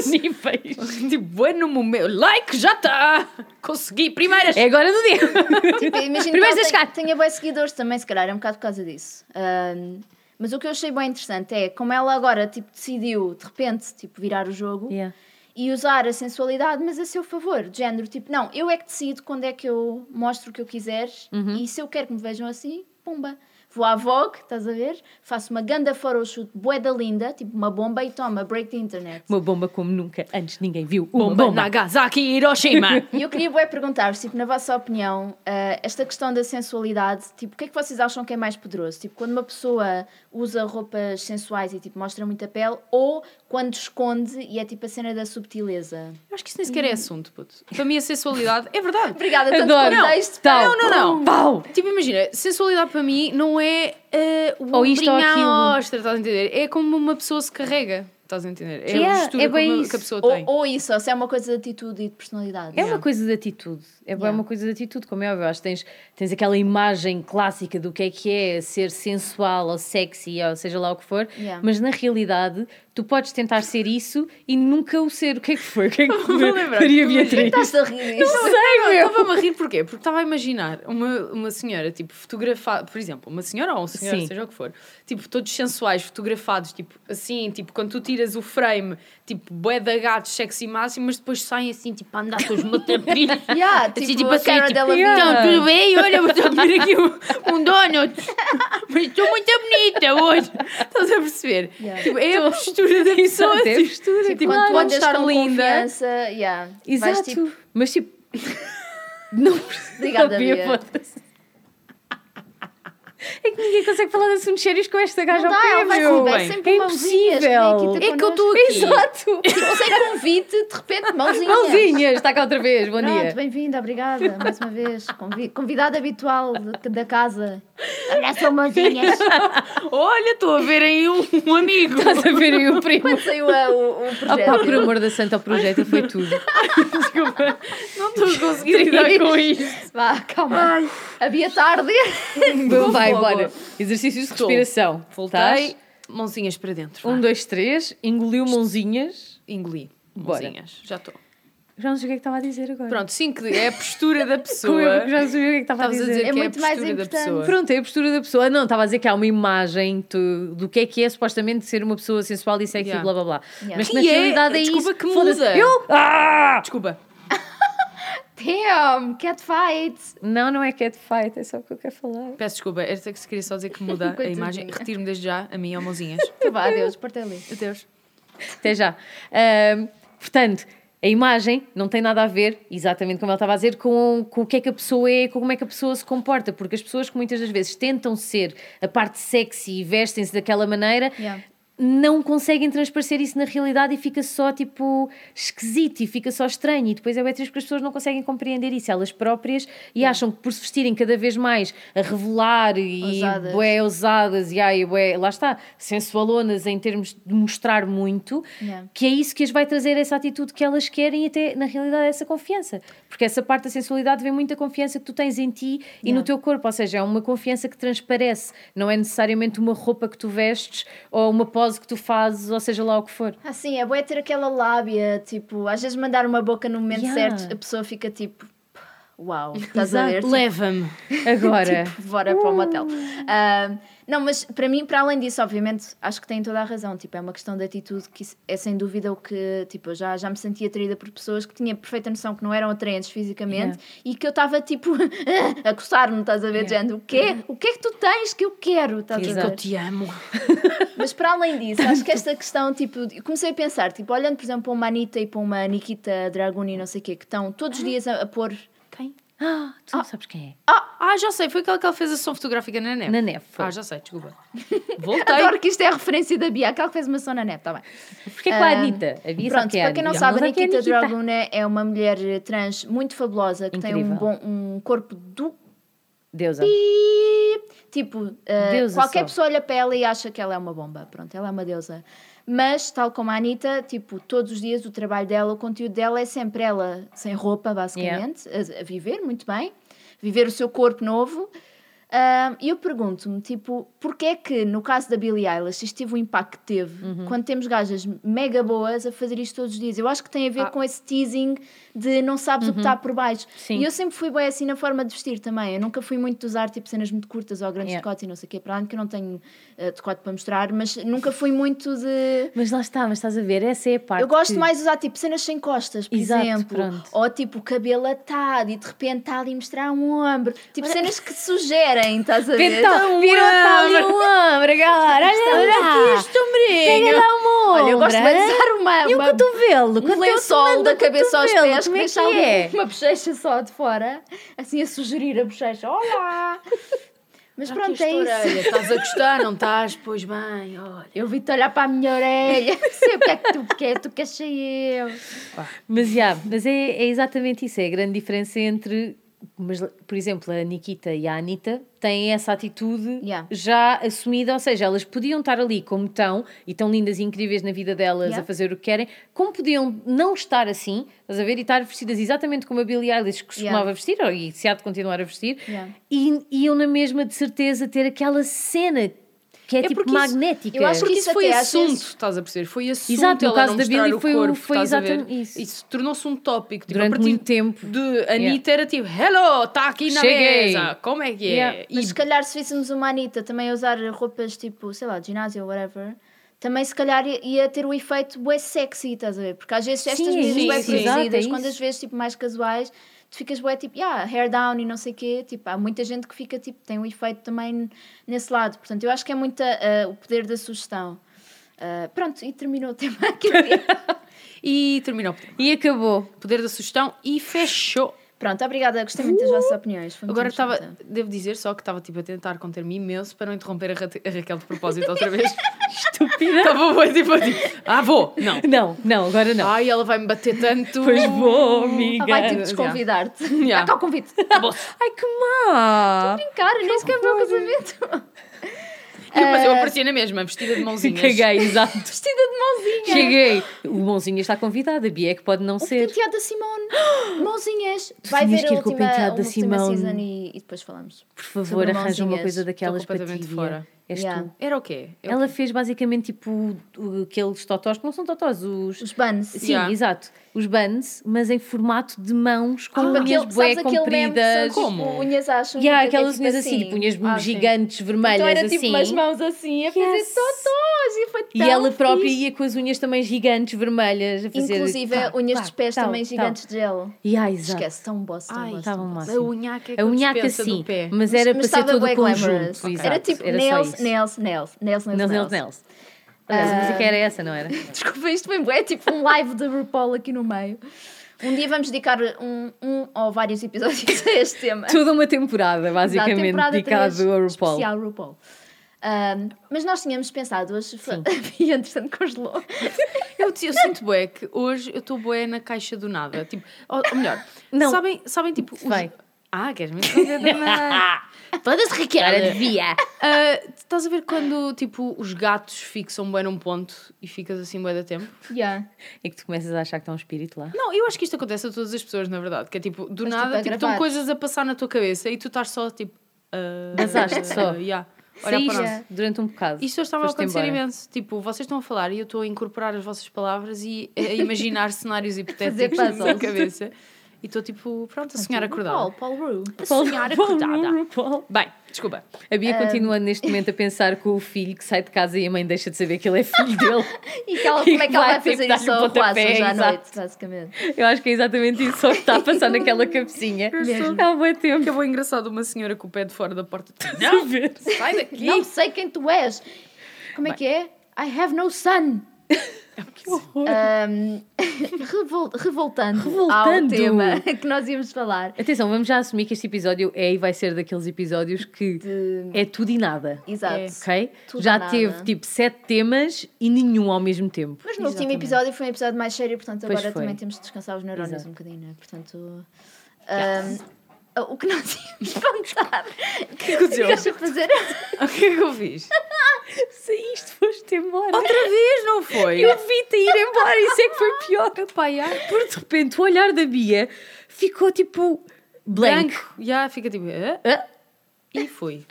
Speaker 3: nisso.
Speaker 2: Disponíveis.
Speaker 1: Tipo, bué no momento. Like, já está! Consegui, primeiras!
Speaker 2: É agora do dia.
Speaker 3: Tipo, imagino que
Speaker 2: Primeiro
Speaker 3: ela
Speaker 2: das
Speaker 3: tem-
Speaker 2: gatas.
Speaker 3: tenha boas seguidores também, se calhar, é um bocado por causa disso. Ahm, mas o que eu achei bem interessante é como ela agora tipo, decidiu, de repente, tipo, virar o jogo
Speaker 2: Yeah.
Speaker 3: e usar a sensualidade, mas a seu favor. De género, tipo, não, eu é que decido quando é que eu mostro o que eu quiser
Speaker 2: Uhum.
Speaker 3: e se eu quero que me vejam assim, pumba. Vou à Vogue, estás a ver? Faço uma ganda photoshoot, boeda linda, tipo uma bomba e toma, break the internet.
Speaker 2: Uma bomba como nunca antes ninguém viu. Uma
Speaker 1: Bomba,
Speaker 2: bomba.
Speaker 1: Nagasaki e Hiroshima!
Speaker 3: E eu queria bué perguntar-vos, tipo, na vossa opinião, eh, esta questão da sensualidade, tipo, o que é que vocês acham que é mais poderoso? Tipo, quando uma pessoa usa roupas sensuais e, tipo, mostra muita pele ou quando esconde e é, tipo, a cena da subtileza?
Speaker 1: Eu acho que isso nem
Speaker 2: Hum.
Speaker 1: sequer é assunto, puto. Para mim, a sensualidade. É verdade.
Speaker 3: Obrigada, tanto
Speaker 2: Adoro.
Speaker 3: contexto.
Speaker 2: Tal.
Speaker 1: Não, não, não.
Speaker 2: Pau.
Speaker 1: Tipo, imagina, sensualidade para mim não é eh, o
Speaker 2: Ou isto
Speaker 1: ombrinho
Speaker 2: ou
Speaker 1: à
Speaker 2: aquilo.
Speaker 1: ostra, estás a entender? É como uma pessoa se carrega, estás a entender? É
Speaker 2: Yeah,
Speaker 1: a postura
Speaker 2: é bem
Speaker 1: como
Speaker 2: isso.
Speaker 1: que a pessoa tem.
Speaker 3: Ou, ou isso, ou se é uma coisa de atitude e de personalidade.
Speaker 2: É uma coisa de atitude. É bué
Speaker 3: Yeah.
Speaker 2: uma coisa de atitude, como é óbvio. Acho que tens, tens aquela imagem clássica do que é que é ser sensual ou sexy ou seja lá o que for,
Speaker 3: Yeah.
Speaker 2: mas na realidade tu podes tentar ser isso e nunca o ser. O que é que foi? O que é que
Speaker 1: Vou lembrar.
Speaker 2: Maria
Speaker 1: Como é que
Speaker 2: Beatriz?
Speaker 3: Estás a rir disso?
Speaker 2: Sei, oh, meu.
Speaker 1: Estava-me a rir porquê? Porque estava a imaginar uma, uma senhora, tipo, fotografada, por exemplo, uma senhora ou um senhor,
Speaker 2: Sim.
Speaker 1: seja o que for, tipo, todos sensuais, fotografados, tipo, assim, tipo, quando tu tiras o frame, tipo, bué de gatos, sexy máximo, mas depois saem assim, tipo, a andar com os matapilhos.
Speaker 3: Yeah, tipo,
Speaker 1: Assim, tipo,
Speaker 3: a
Speaker 1: assim,
Speaker 3: Cara
Speaker 1: tipo,
Speaker 3: dela
Speaker 1: Então, tudo bem? Olha, vou comer aqui um, um donut. Mas estou muito bonita hoje. Estás a perceber?
Speaker 3: Yeah.
Speaker 1: Tipo, é a postura da pessoa.
Speaker 2: Exato, é a
Speaker 1: tipo,
Speaker 2: postura,
Speaker 1: tipo, tu
Speaker 3: quando tu
Speaker 1: podes
Speaker 3: andas
Speaker 1: estar
Speaker 3: com
Speaker 1: linda.
Speaker 3: confiança, yeah, vais,
Speaker 2: Exato.
Speaker 3: tipo,
Speaker 2: Mas tipo. Não
Speaker 3: Obrigada,
Speaker 2: Bia,
Speaker 3: Bia.
Speaker 2: foda-se. É que ninguém consegue falar de assuntos sérios com esta gaja ao
Speaker 3: Não dá,
Speaker 2: pé,
Speaker 3: ela vai
Speaker 2: meu.
Speaker 3: comer sempre
Speaker 2: É
Speaker 3: mãozinhas, né, que nem
Speaker 2: impossível.
Speaker 3: aqui tá tem
Speaker 1: É que eu estou
Speaker 3: connosco.
Speaker 1: aqui.
Speaker 2: Exato.
Speaker 3: Tipo, sem convite, de repente, mãozinha.
Speaker 2: Mãozinhas, está cá outra vez, bom
Speaker 3: Pronto,
Speaker 2: dia.
Speaker 3: bem-vinda, obrigada, mais uma vez. Convi- Convidada habitual de- da casa. Abraçam mãozinhas.
Speaker 1: Olha, estou a ver aí um, um amigo.
Speaker 2: Estás a ver aí o primo.
Speaker 3: Quando saiu ah, o, o
Speaker 2: Ah pá,
Speaker 3: projeto.
Speaker 2: por amor da santa, o projeto foi tudo.
Speaker 1: Desculpa. Não estou a conseguir lidar com isto.
Speaker 3: Vá, calma. Havia tarde.
Speaker 2: Bom, vai,
Speaker 1: boa,
Speaker 2: bora.
Speaker 1: boa.
Speaker 2: Exercícios de
Speaker 1: Estou.
Speaker 2: respiração.
Speaker 1: Voltei,
Speaker 2: Estás?
Speaker 1: mãozinhas para dentro.
Speaker 2: Um,
Speaker 1: Um,
Speaker 2: dois, três. Engoliu mãozinhas.
Speaker 1: Engoli.
Speaker 2: Bora.
Speaker 1: Mãozinhas. Já estou.
Speaker 2: Já não sei o que é que estava a dizer agora.
Speaker 1: Pronto, 5 é a postura da
Speaker 2: Como
Speaker 1: pessoa.
Speaker 2: eu já não sabia o que é que estava a
Speaker 1: Estavas a
Speaker 2: dizer.
Speaker 1: dizer
Speaker 3: É
Speaker 1: que é a
Speaker 3: muito mais
Speaker 1: postura da
Speaker 3: importante.
Speaker 1: pessoa.
Speaker 2: Pronto, é a postura da pessoa. Não, estava a dizer que há uma imagem tu- do que é que é supostamente ser uma pessoa sensual e sexy e
Speaker 1: Yeah.
Speaker 2: blá blá blá.
Speaker 3: Yeah.
Speaker 2: Mas que na
Speaker 1: Que é?
Speaker 2: realidade é
Speaker 1: Desculpa
Speaker 2: isso.
Speaker 1: que
Speaker 2: Foda-se.
Speaker 1: muda.
Speaker 2: Eu? Ah!
Speaker 1: Desculpa.
Speaker 3: Damn, catfight.
Speaker 2: Não, não é catfight, é só o que eu quero falar.
Speaker 1: Peço desculpa, esta é que se queria só dizer que muda a
Speaker 3: Coitadinha.
Speaker 1: imagem. Retiro-me desde já a minha mãozinhas.
Speaker 3: Tu vá, adeus, parte "Ah, ali.
Speaker 1: Adeus.
Speaker 2: Até já. Ahm, portanto, a imagem não tem nada a ver, exatamente como ela estava a dizer, com, com o que é que a pessoa é, com como é que a pessoa se comporta, porque as pessoas que muitas das vezes tentam ser a parte sexy e vestem-se daquela maneira.
Speaker 3: Yeah.
Speaker 2: Não conseguem transparecer isso na realidade e fica só tipo esquisito e fica só estranho. E depois é bem triste porque as pessoas não conseguem compreender isso elas próprias e acham que por se vestirem cada vez mais a revelar e
Speaker 3: Ousadas.
Speaker 2: bué é ousadas e ai, ué, lá está, sensualonas em termos de mostrar muito,
Speaker 3: Yeah.
Speaker 2: que é isso que as vai trazer essa atitude que elas querem e até, na realidade, essa confiança. Porque essa parte da sensualidade vem muito da confiança que tu tens em ti e no teu corpo, ou seja, é uma confiança que transparece, não é necessariamente uma roupa que tu vestes ou uma pose que tu fazes, ou seja lá o que for.
Speaker 3: Assim, é boa ter aquela lábia, tipo, às vezes mandar uma boca no momento
Speaker 2: Yeah.
Speaker 3: certo, a pessoa fica tipo. Uau, estás a ver? Tipo,
Speaker 1: Leva-me.
Speaker 2: Agora.
Speaker 3: tipo, bora para o motel. Ah, não, mas para mim, para além disso, obviamente, acho que tem toda a razão. Tipo, é uma questão de atitude que isso- é sem dúvida o que, tipo, eu já, já me sentia atraída por pessoas que tinha perfeita noção que não eram atraentes fisicamente e que eu estava, tipo, a coçar-me, estás a ver,
Speaker 2: Yeah.
Speaker 3: Jane? O quê? O que é que tu tens que eu quero? Estás a
Speaker 1: Que
Speaker 3: ver?
Speaker 1: eu te amo.
Speaker 3: Mas para além disso, acho que esta questão, tipo, eu comecei a pensar, tipo, olhando, por exemplo, para uma Anitta e para uma Nikita Dragoni, não sei o quê, que estão todos os dias a, a pôr.
Speaker 1: Quem?
Speaker 2: Ah, tu não sabes quem
Speaker 1: Ah, já sei, foi aquela que ela fez a sessão fotográfica na
Speaker 2: é.
Speaker 1: neve.
Speaker 2: Na neve. foi.
Speaker 1: Ah, já sei, desculpa. Voltei.
Speaker 3: Adoro que isto é a referência da Bia, aquela que fez uma só na neve, está bem.
Speaker 2: Porque é com a
Speaker 3: Ahm,
Speaker 2: Anitta. Havia só
Speaker 3: Ah, Pronto,
Speaker 2: que é
Speaker 3: para quem não
Speaker 2: Anitta.
Speaker 3: sabe, a
Speaker 2: Mas aqui é
Speaker 3: Nikita Dragon é uma mulher trans muito fabulosa que tem um,
Speaker 2: Incrível.
Speaker 3: bom, um corpo do.
Speaker 2: Deusa.
Speaker 3: pi. Tipo, uh,
Speaker 2: Deusa
Speaker 3: qualquer
Speaker 2: só.
Speaker 3: pessoa olha para ela e acha que ela é uma bomba. Pronto, ela é uma deusa. Mas, tal como a Anitta, tipo, todos os dias o trabalho dela, o conteúdo dela é sempre ela sem roupa, basicamente, a, a viver muito bem, viver o seu corpo novo. Ah, E eu pergunto-me, tipo, porque é que no caso da Billie Eilish isto teve o impacto que teve
Speaker 2: Uhum.
Speaker 3: quando temos gajas mega boas a fazer isto todos os dias? Eu acho que tem a ver
Speaker 1: Ah.
Speaker 3: com esse teasing de não sabes o que está por baixo.
Speaker 2: Uhum. Sim.
Speaker 3: E eu sempre fui bem assim na forma de vestir também. Eu nunca fui muito de usar tipo cenas muito curtas ou grandes
Speaker 2: Yeah.
Speaker 3: decotes e não sei o quê. Para além que eu não tenho eh, decote para mostrar, mas nunca fui muito de.
Speaker 2: Mas lá está, mas estás a ver, essa é a parte.
Speaker 3: Eu gosto
Speaker 2: que-
Speaker 3: mais de usar tipo cenas sem costas, por
Speaker 2: Exato,
Speaker 3: exemplo.
Speaker 2: pronto.
Speaker 3: Ou tipo cabelo atado e de repente está ali a mostrar um ombro. Tipo cenas que sugerem, estás a ver?
Speaker 2: Então, virou tal um ombro agora. Olha, olha aqui. Pega lá uma ombro. né?
Speaker 3: Olha, eu gosto de usar uma,
Speaker 2: E o
Speaker 3: uma,
Speaker 2: cotovelo?
Speaker 3: um
Speaker 2: Quando é o
Speaker 3: lençol
Speaker 2: comando
Speaker 3: da
Speaker 2: do
Speaker 3: cabeça aos
Speaker 2: cotovelo,
Speaker 3: pés que
Speaker 2: como é
Speaker 3: deixa
Speaker 2: que é?
Speaker 3: ali uma bochecha só de fora, assim a sugerir a bochecha. Olá! Mas pronto, é isso.
Speaker 1: Olha, estás a gostar, não estás? Pois bem, olha.
Speaker 3: Eu vi-te olhar para a minha orelha, sei o que é que tu queres, tu queres ser eu.
Speaker 2: Mas, já, mas é, é exatamente isso, é a grande diferença entre, mas, por exemplo, a Nikita e a Anitta têm essa atitude
Speaker 3: Yeah.
Speaker 2: já assumida, ou seja, elas podiam estar ali como estão, e tão lindas e incríveis na vida delas
Speaker 3: Yeah.
Speaker 2: a fazer o que querem, como podiam não estar assim, estás a ver, e estar vestidas exatamente como a Billie Eilish costumava
Speaker 3: Yeah.
Speaker 2: vestir, ou, e se há de continuar a vestir,
Speaker 3: Yeah.
Speaker 2: e e iam na mesma, de certeza, ter aquela cena que é, tipo
Speaker 1: porque isso-
Speaker 2: magnética.
Speaker 3: eu acho
Speaker 1: Porque
Speaker 3: Porque
Speaker 1: isso
Speaker 3: isso
Speaker 1: foi
Speaker 3: até às
Speaker 1: assunto,
Speaker 3: vezes-
Speaker 1: estás a perceber? Foi assunto.
Speaker 2: Exato, no
Speaker 1: ela
Speaker 2: caso
Speaker 1: não
Speaker 2: da
Speaker 1: mostrar
Speaker 2: Billie
Speaker 1: o
Speaker 2: foi o-
Speaker 1: corpo,
Speaker 2: foi
Speaker 1: estás a ver?
Speaker 2: exatamente isso.
Speaker 1: tornou-se um tópico. Tipo,
Speaker 2: Durante
Speaker 1: a partir
Speaker 2: muito tempo.
Speaker 1: De Anitta era tipo, hello, está aqui na
Speaker 2: Cheguei.
Speaker 1: mesa, como é que é?
Speaker 2: Yeah.
Speaker 1: E
Speaker 3: Mas se calhar se víssemos uma Anitta também a usar roupas tipo, sei lá, de ginásio ou whatever, também se calhar ia- ia ter o efeito bué sexy, estás a ver? Porque às vezes estas
Speaker 2: Sim,
Speaker 3: medidas
Speaker 1: sim,
Speaker 3: bué
Speaker 1: sim.
Speaker 2: Exato, é
Speaker 3: produzidas,
Speaker 2: isso.
Speaker 3: quando as vezes tipo mais casuais, tu ficas bué tipo, yeah, hair down e não sei quê, tipo, há muita gente que fica tipo, tem o efeito também nesse lado. Portanto, eu acho que é muito ah, o poder da sugestão. Ah, pronto, e terminou o tema aqui.
Speaker 1: E terminou o poder.
Speaker 2: E acabou.
Speaker 1: poder da sugestão e fechou.
Speaker 3: pronto, obrigada, gostei muito das vossas
Speaker 2: Uh!
Speaker 3: opiniões. foi muito
Speaker 1: Agora estava,
Speaker 3: interessante.
Speaker 1: devo dizer só que estava tipo a tentar conter-me imenso para não interromper a, Ra- a Raquel de propósito outra vez.
Speaker 2: Estúpida.
Speaker 1: Estava bué, tipo, tipo, ah, vou, não.
Speaker 2: Não, não, agora não.
Speaker 1: Ai, ela vai me bater tanto.
Speaker 2: Pois vou, amiga.
Speaker 3: Ah, vai tipo
Speaker 1: já.
Speaker 3: desconvidar-te.
Speaker 1: Já.
Speaker 3: Está cá o convite.
Speaker 2: Ai, que má!
Speaker 3: Cara, nem sequer foi o casamento.
Speaker 2: Eh,
Speaker 1: Eu- mas eu aparecia na mesma, vestida de mãozinhas.
Speaker 2: Caguei, exato.
Speaker 3: Vestida de mãozinha.
Speaker 2: Cheguei. O Mãozinha está convidado, a Bia é que pode não ser.
Speaker 3: Penteado da Simone. Mãozinhas.
Speaker 2: Tu
Speaker 3: Vai
Speaker 2: tinhas
Speaker 3: ver a
Speaker 2: que ir com o
Speaker 3: última, a
Speaker 2: penteado da
Speaker 3: última
Speaker 2: Simone.
Speaker 3: season e, e depois falamos.
Speaker 2: Por favor,
Speaker 3: Sobre
Speaker 2: arranja uma
Speaker 3: mãozinhas.
Speaker 2: coisa daquelas
Speaker 1: Estou
Speaker 2: para ti.
Speaker 1: completamente
Speaker 2: Bia.
Speaker 1: fora.
Speaker 2: És
Speaker 3: Yeah.
Speaker 2: tu.
Speaker 1: Era o quê? Eu-
Speaker 2: Ela fez basicamente tipo o- aqueles totós, que não são totós, os.
Speaker 3: Os buns.
Speaker 2: Sim,
Speaker 1: Yeah.
Speaker 2: exato. Os buns, mas em formato de mãos com
Speaker 3: Tipo
Speaker 2: unhas
Speaker 3: aquele-
Speaker 2: bué
Speaker 3: sabes aquele meme que são
Speaker 2: compridas.
Speaker 3: tipo
Speaker 1: Como?
Speaker 3: Unhas acham.
Speaker 2: E há aquelas unhas assim, tipo unhas
Speaker 1: Ah, sim.
Speaker 2: gigantes, vermelhas,
Speaker 3: é Então era
Speaker 2: assim.
Speaker 3: tipo umas mãos assim a fazer
Speaker 2: Yes.
Speaker 3: totós e foi tão
Speaker 2: E ela
Speaker 3: fixe.
Speaker 2: própria ia com as unhas também gigantes, vermelhas, a fazer.
Speaker 3: Inclusive
Speaker 2: tal,
Speaker 3: unhas
Speaker 2: tal,
Speaker 3: dos pés
Speaker 2: tal,
Speaker 3: também
Speaker 2: tal.
Speaker 3: gigantes de gel.
Speaker 2: E ah, exato.
Speaker 3: Esquece, tão boss, tão
Speaker 1: Ai,
Speaker 3: boss.
Speaker 2: Estava
Speaker 3: tão
Speaker 2: um
Speaker 3: boss.
Speaker 1: a unhaca é que
Speaker 2: A
Speaker 1: eu
Speaker 2: unhaca
Speaker 1: dispensa do
Speaker 2: sim,
Speaker 1: pé.
Speaker 2: mas era
Speaker 3: Mas
Speaker 2: para ser
Speaker 3: estava
Speaker 2: todo
Speaker 3: bué
Speaker 2: o
Speaker 3: glamorous.
Speaker 2: conjunto.
Speaker 3: Era
Speaker 2: exato,
Speaker 3: tipo
Speaker 2: era só
Speaker 3: nails,
Speaker 2: isso.
Speaker 3: nails, nails, nails, nails,
Speaker 2: Nails, nails,
Speaker 3: nails. Ah,
Speaker 2: nails. Aliás, a música era essa, não era?
Speaker 3: Desculpa, isto foi bué, tipo um live da RuPaul aqui no meio. Um dia vamos dedicar um, um ou vários episódios a este tema.
Speaker 2: Toda uma temporada,
Speaker 3: Exato,
Speaker 2: basicamente,
Speaker 3: temporada três,
Speaker 2: dedicado a RuPaul.
Speaker 3: Especial RuPaul. Ahm, mas nós tínhamos pensado hoje, e entretanto congelou.
Speaker 1: Eu, te- eu sinto bué que hoje eu estou bué na caixa do nada. Tipo, ou, ou melhor,
Speaker 2: Não.
Speaker 1: sabem, sabem tipo. os-
Speaker 2: Vai.
Speaker 1: Ah, queres me fazer de nada?
Speaker 2: Todas Ricardo devia.
Speaker 1: Ah, Estás a ver quando tipo os gatos fixam bem num ponto e ficas assim bué da tempo?
Speaker 3: Yeah.
Speaker 2: É que tu começas a achar que está um espírito lá.
Speaker 1: Não, eu acho que isto acontece a todas as pessoas, na verdade. Que é tipo, do
Speaker 3: Mas, tipo,
Speaker 1: nada,
Speaker 3: a
Speaker 1: tipo, estão
Speaker 3: gravar.
Speaker 1: coisas a passar na tua cabeça e tu estás só tipo. ah,
Speaker 2: Basaste só.
Speaker 1: yeah. Olhar para nós.
Speaker 2: Saíste durante um bocado.
Speaker 1: Isto estava a
Speaker 2: Foste
Speaker 1: acontecer
Speaker 2: embora.
Speaker 1: imenso. Tipo, vocês estão a falar e eu estou a incorporar as vossas palavras e a imaginar cenários
Speaker 3: Fazer
Speaker 1: hipotéticos na minha
Speaker 3: puzzles.
Speaker 1: cabeça. E estou tipo, pronto, a sonhar acordada.
Speaker 3: Paul, Paul Rue. A
Speaker 2: Paul-
Speaker 3: sonhar
Speaker 2: Paul-
Speaker 3: acordada.
Speaker 2: Paul-
Speaker 1: Bem, desculpa.
Speaker 2: A Bia
Speaker 3: Ah.
Speaker 2: continua neste momento a pensar com o filho que sai de casa e a mãe deixa de saber que ele é filho dele.
Speaker 3: E que ela,
Speaker 2: E
Speaker 3: como é que ela
Speaker 2: vai,
Speaker 3: vai
Speaker 2: tipo,
Speaker 3: fazer
Speaker 2: dar-lhe
Speaker 3: isso
Speaker 2: um
Speaker 3: ao
Speaker 2: pontapé,
Speaker 3: Ruaças já à
Speaker 2: exato.
Speaker 3: noite, basicamente?
Speaker 2: Eu acho que é exatamente isso só que está a passar naquela cabecinha.
Speaker 1: Mesmo.
Speaker 2: Há muito tempo.
Speaker 1: Que é bom engraçado uma senhora com o pé de fora da porta.
Speaker 2: Não. Ver.
Speaker 1: Sai daqui!
Speaker 3: Não sei quem tu és. Como é que é? I have no son. Ahm, revol- revoltando, ao
Speaker 2: Revoltando.
Speaker 3: tema que nós íamos falar.
Speaker 2: Atenção, vamos já assumir que este episódio é e vai ser daqueles episódios que é tudo e nada.
Speaker 3: Exato.
Speaker 1: É.
Speaker 2: Ok?
Speaker 3: Tudo ou
Speaker 2: já
Speaker 3: nada.
Speaker 2: teve tipo sete temas e nenhum ao mesmo tempo.
Speaker 3: Mas no último
Speaker 1: Exatamente.
Speaker 3: episódio foi um episódio mais sério, portanto
Speaker 2: Pois
Speaker 3: agora
Speaker 2: foi.
Speaker 3: também temos de descansar os neurónios
Speaker 2: Exato.
Speaker 3: um bocadinho, né? Portanto. ahm, O que nós íamos contar? O que
Speaker 1: aconteceu?
Speaker 3: estás a fazer?
Speaker 1: O que é que eu fiz?
Speaker 2: Saíste, foste embora.
Speaker 1: Outra vez, não foi?
Speaker 2: Eu vi-te ir embora, isso é que foi pior.
Speaker 1: Epá, já.
Speaker 2: Porque de repente o olhar da Bia ficou tipo blank.
Speaker 1: Branco. Já fica tipo. "Hã?"
Speaker 2: Ah,
Speaker 1: E foi.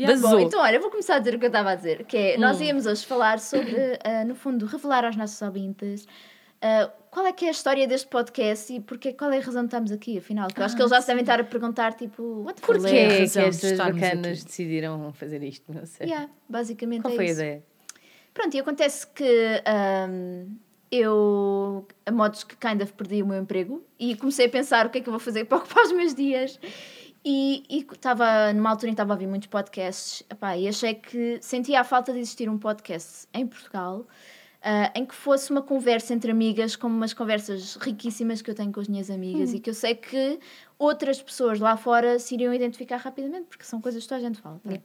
Speaker 2: Vazou.
Speaker 3: Bom, então olha, eu vou começar a dizer o que eu estava a dizer, que é, nós íamos hoje falar sobre, ah, no fundo, revelar aos nossos ouvintes ah, qual é que é a história deste podcast e porque, qual é a razão de estarmos aqui, afinal. Que eu acho que eles já se devem estar a perguntar, tipo, what the
Speaker 1: Qual
Speaker 3: fuck?
Speaker 2: Porquê
Speaker 1: é a
Speaker 2: é que
Speaker 1: razão de
Speaker 2: estas
Speaker 1: estarmos
Speaker 2: bacanas
Speaker 1: aqui?
Speaker 2: decidiram fazer isto? Não sei.
Speaker 3: Yeah, basicamente
Speaker 2: Qual
Speaker 3: é
Speaker 2: foi a
Speaker 3: isso.
Speaker 2: ideia?
Speaker 3: Pronto, e acontece que ahm, eu, a modos que kind of perdi o meu emprego e comecei a pensar o que é que eu vou fazer para ocupar os meus dias. E e estava numa altura em que estava a ouvir muitos podcasts epá, e achei que sentia a falta de existir um podcast em Portugal ah, em que fosse uma conversa entre amigas, como umas conversas riquíssimas que eu tenho com as minhas amigas e que eu sei que outras pessoas lá fora se iriam identificar rapidamente porque são coisas que toda a gente fala. tá?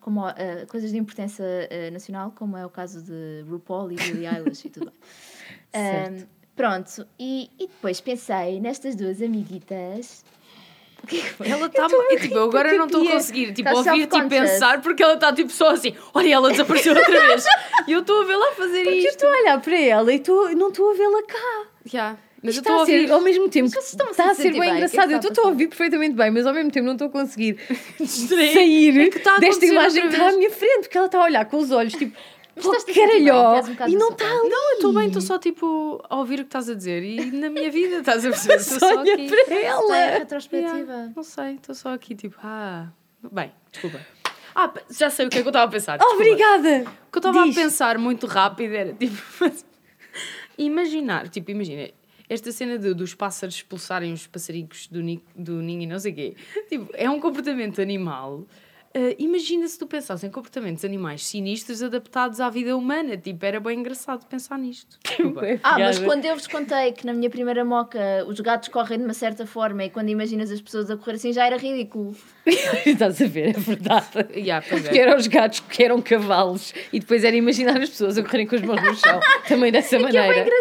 Speaker 3: como ah, coisas de importância ah, nacional, como é o caso de RuPaul e Billie Eilish e tudo bem. Ah, pronto, e, e depois pensei nestas duas amiguitas. O que é que foi?
Speaker 1: Ela está. Tipo, eu agora não estou a
Speaker 2: Bia.
Speaker 1: conseguir tipo,
Speaker 3: Tá
Speaker 1: ouvir-te e
Speaker 3: self-conscious.
Speaker 1: pensar porque ela está tipo só assim. Olha, ela desapareceu outra vez. E eu estou a vê-la fazer
Speaker 2: Eu
Speaker 1: isto.
Speaker 2: estou a olhar para ela e estou- não estou a vê-la cá.
Speaker 1: Já. Mas eu
Speaker 2: Está
Speaker 1: estou a
Speaker 2: a ser,
Speaker 1: ouvir.
Speaker 2: ao mesmo tempo, que
Speaker 3: vocês estão a
Speaker 2: está a
Speaker 3: se
Speaker 2: ser
Speaker 3: sentir
Speaker 2: bem
Speaker 3: bem, o que é que
Speaker 2: engraçado. Eu
Speaker 3: está
Speaker 2: estou
Speaker 3: a
Speaker 2: a
Speaker 3: passar?
Speaker 2: ouvir perfeitamente bem, mas ao mesmo tempo não estou a conseguir
Speaker 1: Sim.
Speaker 2: sair
Speaker 1: É que está a
Speaker 2: desta
Speaker 1: acontecer
Speaker 2: imagem que
Speaker 1: outra
Speaker 2: está à
Speaker 1: vez.
Speaker 2: minha frente, porque ela está a olhar com os olhos tipo,
Speaker 3: Mas
Speaker 2: pô,
Speaker 3: estás-te a sentir bem,
Speaker 2: caralho,
Speaker 3: estás um bocado
Speaker 2: e não
Speaker 3: no sofá.
Speaker 2: está ali.
Speaker 1: Não, eu estou bem, estou só tipo a ouvir o que estás a dizer e na minha vida estás a perceber. Estou só
Speaker 2: Olha
Speaker 1: aqui.
Speaker 2: para
Speaker 3: Isto é
Speaker 2: ela.
Speaker 3: retrospectiva.
Speaker 1: Yeah, não sei, estou só aqui tipo, ah. Bem, desculpa. Ah, p- já sei o que é que eu estava a pensar. desculpa.
Speaker 2: Obrigada.
Speaker 1: O que eu estava a
Speaker 2: Diz.
Speaker 1: pensar muito rápido era tipo. imaginar, tipo, imagina. Esta cena do- dos pássaros expulsarem os passarinhos do, ni- do ninho e não sei o quê. Tipo, é um comportamento animal. Ah, imagina se tu pensasses em comportamentos animais sinistros adaptados à vida humana. Tipo, era bem engraçado pensar nisto.
Speaker 2: Tipo,
Speaker 1: Desculpa.
Speaker 3: Ah, mas
Speaker 2: Obrigada.
Speaker 3: quando eu vos contei que na minha primeira moca os gatos correm de uma certa forma e quando imaginas as pessoas a correr assim já era ridículo.
Speaker 2: Estás a ver, é verdade.
Speaker 1: Yeah, pois é.
Speaker 2: Porque eram os gatos, porque eram cavalos. E depois era imaginar as pessoas a correrem com as mãos no chão. Também dessa
Speaker 3: Que é bem
Speaker 2: maneira.
Speaker 3: engraçado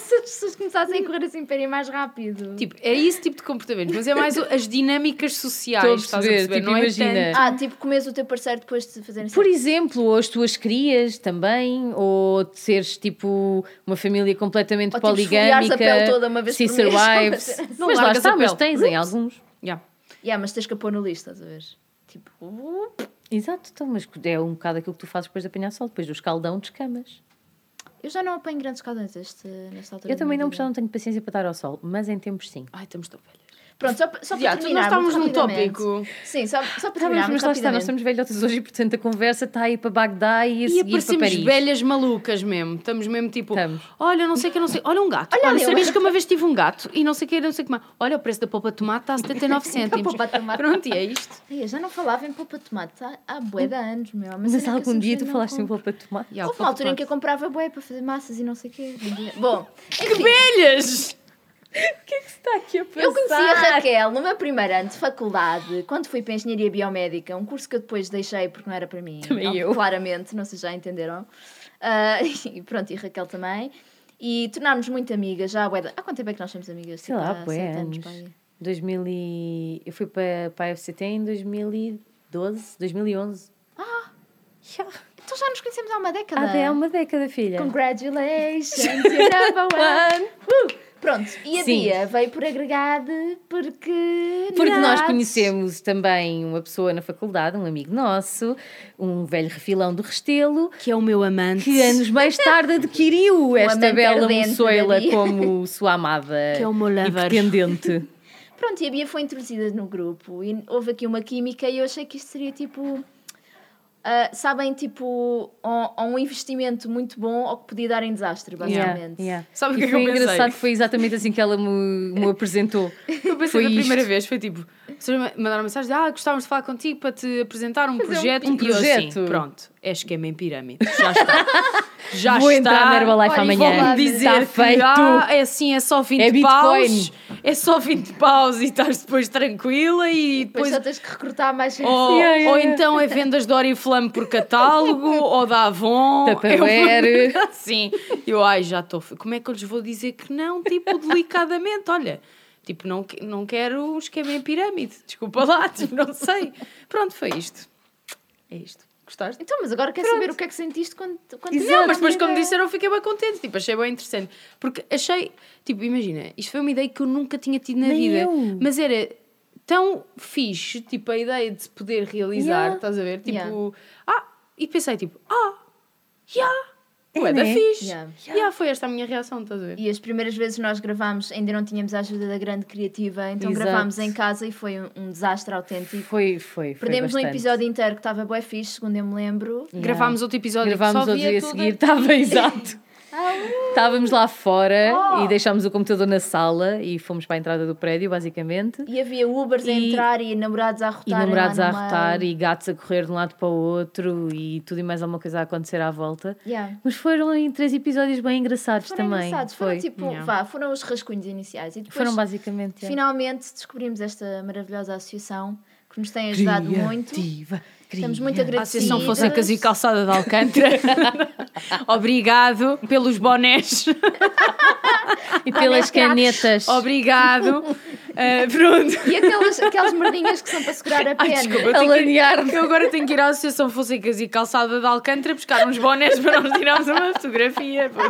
Speaker 3: se as pessoas começassem a correr assim para ir mais rápido.
Speaker 1: Tipo, é esse tipo de comportamentos, mas é mais o- as dinâmicas sociais.
Speaker 2: Estou a
Speaker 1: estás
Speaker 2: perceber,
Speaker 1: perceber,
Speaker 2: tipo,
Speaker 1: não
Speaker 2: imagina.
Speaker 1: É tanto-
Speaker 3: ah, tipo comes o teu parceiro depois de assim. fazerem
Speaker 2: Por exemplo, ou as tuas crias também, ou de seres tipo uma família completamente
Speaker 3: Ou, tipo, esfoliares
Speaker 2: poligâmica.
Speaker 3: a pele toda uma vez por
Speaker 2: sister
Speaker 3: mês, uma
Speaker 2: wives.
Speaker 3: cena assim.
Speaker 1: Não
Speaker 2: Mas lá
Speaker 1: largas a
Speaker 2: está, mas
Speaker 1: pele.
Speaker 2: tens em alguns.
Speaker 1: Yeah.
Speaker 3: Yeah, mas tens que a pôr no lixo, estás a ver? Tipo,
Speaker 2: Exato, então, mas é um bocado aquilo que tu fazes depois de apanhar sol, depois do escaldão descamas.
Speaker 3: eu já não apanho grandes caldantes este, nesta altura.
Speaker 2: Eu
Speaker 3: da
Speaker 2: também
Speaker 3: minha
Speaker 2: não,
Speaker 3: vida.
Speaker 2: não tenho paciência para estar ao sol, mas em tempos sim.
Speaker 1: Ai, estamos tão velhas.
Speaker 3: Pronto, só, pa- só para
Speaker 1: Yeah, tu- nós
Speaker 3: terminar. muito
Speaker 1: estávamos num
Speaker 3: rapidamente.
Speaker 1: tópico.
Speaker 3: Sim, só, só para
Speaker 2: Tá,
Speaker 3: terminar.
Speaker 2: mas, mas
Speaker 3: muito
Speaker 2: lá está, nós
Speaker 3: rapidamente.
Speaker 2: estamos velhotas hoje e portanto a conversa está aí para Bagdá e a
Speaker 1: E
Speaker 2: seguir para
Speaker 1: aparecemos
Speaker 2: Paris.
Speaker 1: velhas malucas mesmo. Estamos mesmo tipo,
Speaker 2: Estamos.
Speaker 1: olha, não sei o que, não sei. Olha um gato. Olha,
Speaker 3: Olha ali,
Speaker 1: sabias
Speaker 3: olha-
Speaker 1: que uma vez tive um gato e não sei o que, não sei o que mais. Olha, o preço da polpa de tomate está a 79 cêntimos.
Speaker 3: polpa de tomate.
Speaker 1: Pronto, e é isto.
Speaker 3: Ai, eu já não falava em polpa de tomate há, há bué de anos, meu. Mas, é
Speaker 2: Mas algum um dia tu
Speaker 3: um
Speaker 2: falaste assim, em polpa de tomate.
Speaker 1: Yeah,
Speaker 3: Houve
Speaker 1: polpa
Speaker 3: uma
Speaker 1: de
Speaker 3: altura em que eu comprava bué para fazer massas e não sei o quê. Bom,
Speaker 1: tomate. Velhas!
Speaker 2: O que é que se está aqui a pensar?
Speaker 3: eu conheci a Raquel no meu primeiro ano de faculdade, quando fui para a Engenharia Biomédica, um curso que eu depois deixei porque não era para mim.
Speaker 2: Também
Speaker 3: Não,
Speaker 2: eu.
Speaker 3: Claramente, não sei se já entenderam. Ah, e pronto, e a Raquel também. E tornámos muito amigas já há bué de... Há quanto tempo é que nós somos amigas? Tipo,
Speaker 2: Sei lá,
Speaker 3: há
Speaker 2: bué
Speaker 3: sete
Speaker 2: anos.
Speaker 3: pai.
Speaker 2: 2000 e... Eu fui para, para a FCT em 2012, 2011. Ah!
Speaker 3: Então já nos conhecemos há uma década.
Speaker 2: Até há uma década, filha.
Speaker 3: Congratulations, you're number one. Uh, Pronto, e a
Speaker 2: Sim.
Speaker 3: Bia veio por agregado porque.
Speaker 2: Porque nós
Speaker 3: Nats.
Speaker 2: conhecemos também uma pessoa na faculdade, um amigo nosso, um velho refilão do Restelo,
Speaker 1: Que é o meu amante.
Speaker 2: que anos mais tarde adquiriu esta
Speaker 3: Um amante
Speaker 2: bela
Speaker 3: ardente da
Speaker 2: moçoila
Speaker 3: Maria.
Speaker 2: como sua amada
Speaker 1: Que é o meu
Speaker 2: e
Speaker 1: lover.
Speaker 2: pretendente.
Speaker 3: Pronto, e a Bia foi introduzida no grupo e houve aqui uma química e eu achei que isto seria tipo. ah, sabem, tipo, um, um investimento muito bom ou que podia dar em desastre, basicamente.
Speaker 1: Sabe o
Speaker 2: E
Speaker 1: que é que
Speaker 2: foi
Speaker 1: eu pensei?
Speaker 2: engraçado que foi exatamente assim que ela me, me apresentou.
Speaker 1: Eu pensei
Speaker 2: Foi
Speaker 1: da
Speaker 2: isto.
Speaker 1: primeira vez, foi tipo, vocês me mandaram mensagem, ah, gostávamos de falar contigo para te apresentar um projeto.
Speaker 2: um
Speaker 1: e eu assim,
Speaker 2: projeto.
Speaker 1: pronto, é esquema em pirâmide, já está. Já
Speaker 2: Vou
Speaker 1: está.
Speaker 2: entrar na
Speaker 1: Olha,
Speaker 2: Herbalife
Speaker 1: e
Speaker 2: amanhã.
Speaker 1: vão-me dizer
Speaker 2: Está
Speaker 1: que,
Speaker 2: feito.
Speaker 1: ah, é assim, é só 20
Speaker 2: É Bitcoin.
Speaker 1: paus. É só 20 paus e estás depois tranquila e
Speaker 3: Depois
Speaker 1: depois...
Speaker 3: só tens que recrutar mais
Speaker 1: Ou,
Speaker 2: Yeah, yeah,
Speaker 1: ou
Speaker 2: yeah.
Speaker 1: então é vendas de Oriflame por catálogo, ou da Avon.
Speaker 2: Tupperware.
Speaker 1: Eu- Sim. Eu, ai, já estou. Como é que eu lhes vou dizer que não? Tipo, delicadamente, olha. Tipo, não, que- não quero um esquema em pirâmide. Desculpa lá, tipo, não sei. Pronto, foi isto. É isto. Gostaste?
Speaker 3: Então, mas agora quero saber o que é que sentiste quando, quando
Speaker 2: Exato.
Speaker 1: Não, mas depois,
Speaker 2: amiga.
Speaker 1: como disseram, eu fiquei bem contente. Tipo, achei bem interessante. Porque achei, tipo, imagina, isto foi uma ideia que eu nunca tinha tido na
Speaker 2: Nem
Speaker 1: vida.
Speaker 2: eu.
Speaker 1: Mas era tão fixe, tipo, a ideia de se poder realizar,
Speaker 2: Yeah.
Speaker 1: estás a ver? Tipo,
Speaker 3: Yeah.
Speaker 1: ah, e pensei, tipo, ah, já,
Speaker 2: É,
Speaker 1: yeah, é da
Speaker 2: né?
Speaker 1: fixe.
Speaker 3: Yeah.
Speaker 1: Yeah. foi esta a minha reação, estás a ver?
Speaker 3: E as primeiras vezes nós gravámos, ainda não tínhamos a ajuda da grande criativa, então
Speaker 2: Exato.
Speaker 3: gravámos em casa e foi um, um desastre autêntico.
Speaker 2: Foi, foi, foi
Speaker 3: Perdemos um
Speaker 2: bastante.
Speaker 3: episódio inteiro que estava bué fixe, segundo eu me lembro.
Speaker 2: Yeah.
Speaker 1: Gravámos outro episódio
Speaker 2: Gravámos
Speaker 1: que só
Speaker 2: outro
Speaker 1: via
Speaker 2: dia a
Speaker 1: toda-
Speaker 2: seguir, estava exato.
Speaker 3: Ah, uh.
Speaker 2: Estávamos lá fora
Speaker 3: Oh.
Speaker 2: e deixámos o computador na sala e fomos para a entrada do prédio, basicamente.
Speaker 3: E havia Ubers a
Speaker 2: E-
Speaker 3: entrar e namorados a
Speaker 2: E
Speaker 3: arrotar.
Speaker 2: namorados a arrotar e gatos a correr de um lado para o outro e tudo e mais alguma coisa a acontecer à volta.
Speaker 3: Yeah.
Speaker 2: Mas foram em três episódios bem engraçados
Speaker 3: Foram
Speaker 2: também.
Speaker 3: engraçados,
Speaker 2: foi. Hum.
Speaker 3: foram tipo,
Speaker 1: Yeah.
Speaker 3: vá, foram os rascunhos iniciais. E depois,
Speaker 2: Foram basicamente. é. yeah.
Speaker 3: finalmente, descobrimos esta maravilhosa associação que nos tem ajudado muito.
Speaker 2: Criativa,
Speaker 3: Estamos
Speaker 2: criativa.
Speaker 3: muito
Speaker 1: A Associação
Speaker 3: agradecidos.
Speaker 1: Fonsecas e Calçada de Alcântara.
Speaker 2: tá.
Speaker 1: Obrigado pelos bonés.
Speaker 2: E pelas canetas.
Speaker 1: Obrigado. Ah, pronto.
Speaker 3: E aquelas, aquelas merdinhas que são para segurar a
Speaker 1: Ai,
Speaker 3: pena.
Speaker 1: desculpa, eu
Speaker 2: A
Speaker 1: tenho que ir-
Speaker 2: lanear.
Speaker 1: eu agora tenho que ir à Associação Fonsecas e Calçada de Alcântara buscar uns bonés para nós tirarmos uma fotografia. pô.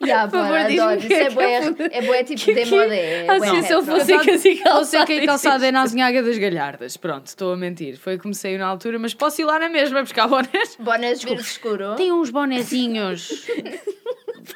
Speaker 3: Yeah,
Speaker 2: Por favor,
Speaker 3: bora,
Speaker 2: diz-me
Speaker 3: adoro.
Speaker 2: o
Speaker 3: Isso
Speaker 2: que é
Speaker 3: é
Speaker 2: que
Speaker 3: bué,
Speaker 2: eu vou-
Speaker 3: é bué tipo
Speaker 2: Que- que-
Speaker 3: demodé. é
Speaker 2: a
Speaker 3: bué
Speaker 2: associação
Speaker 3: retro.
Speaker 2: fosse- Fonsecas e Calçada,
Speaker 1: Fonseca e Calçada é na
Speaker 2: existe.
Speaker 1: Azinhaga das Galhardas. Pronto, estou a mentir. Foi como saiu na altura, mas posso ir lá na mesma buscar bonés?
Speaker 3: Bonés verde escuro.
Speaker 1: Tem uns bonezinhos.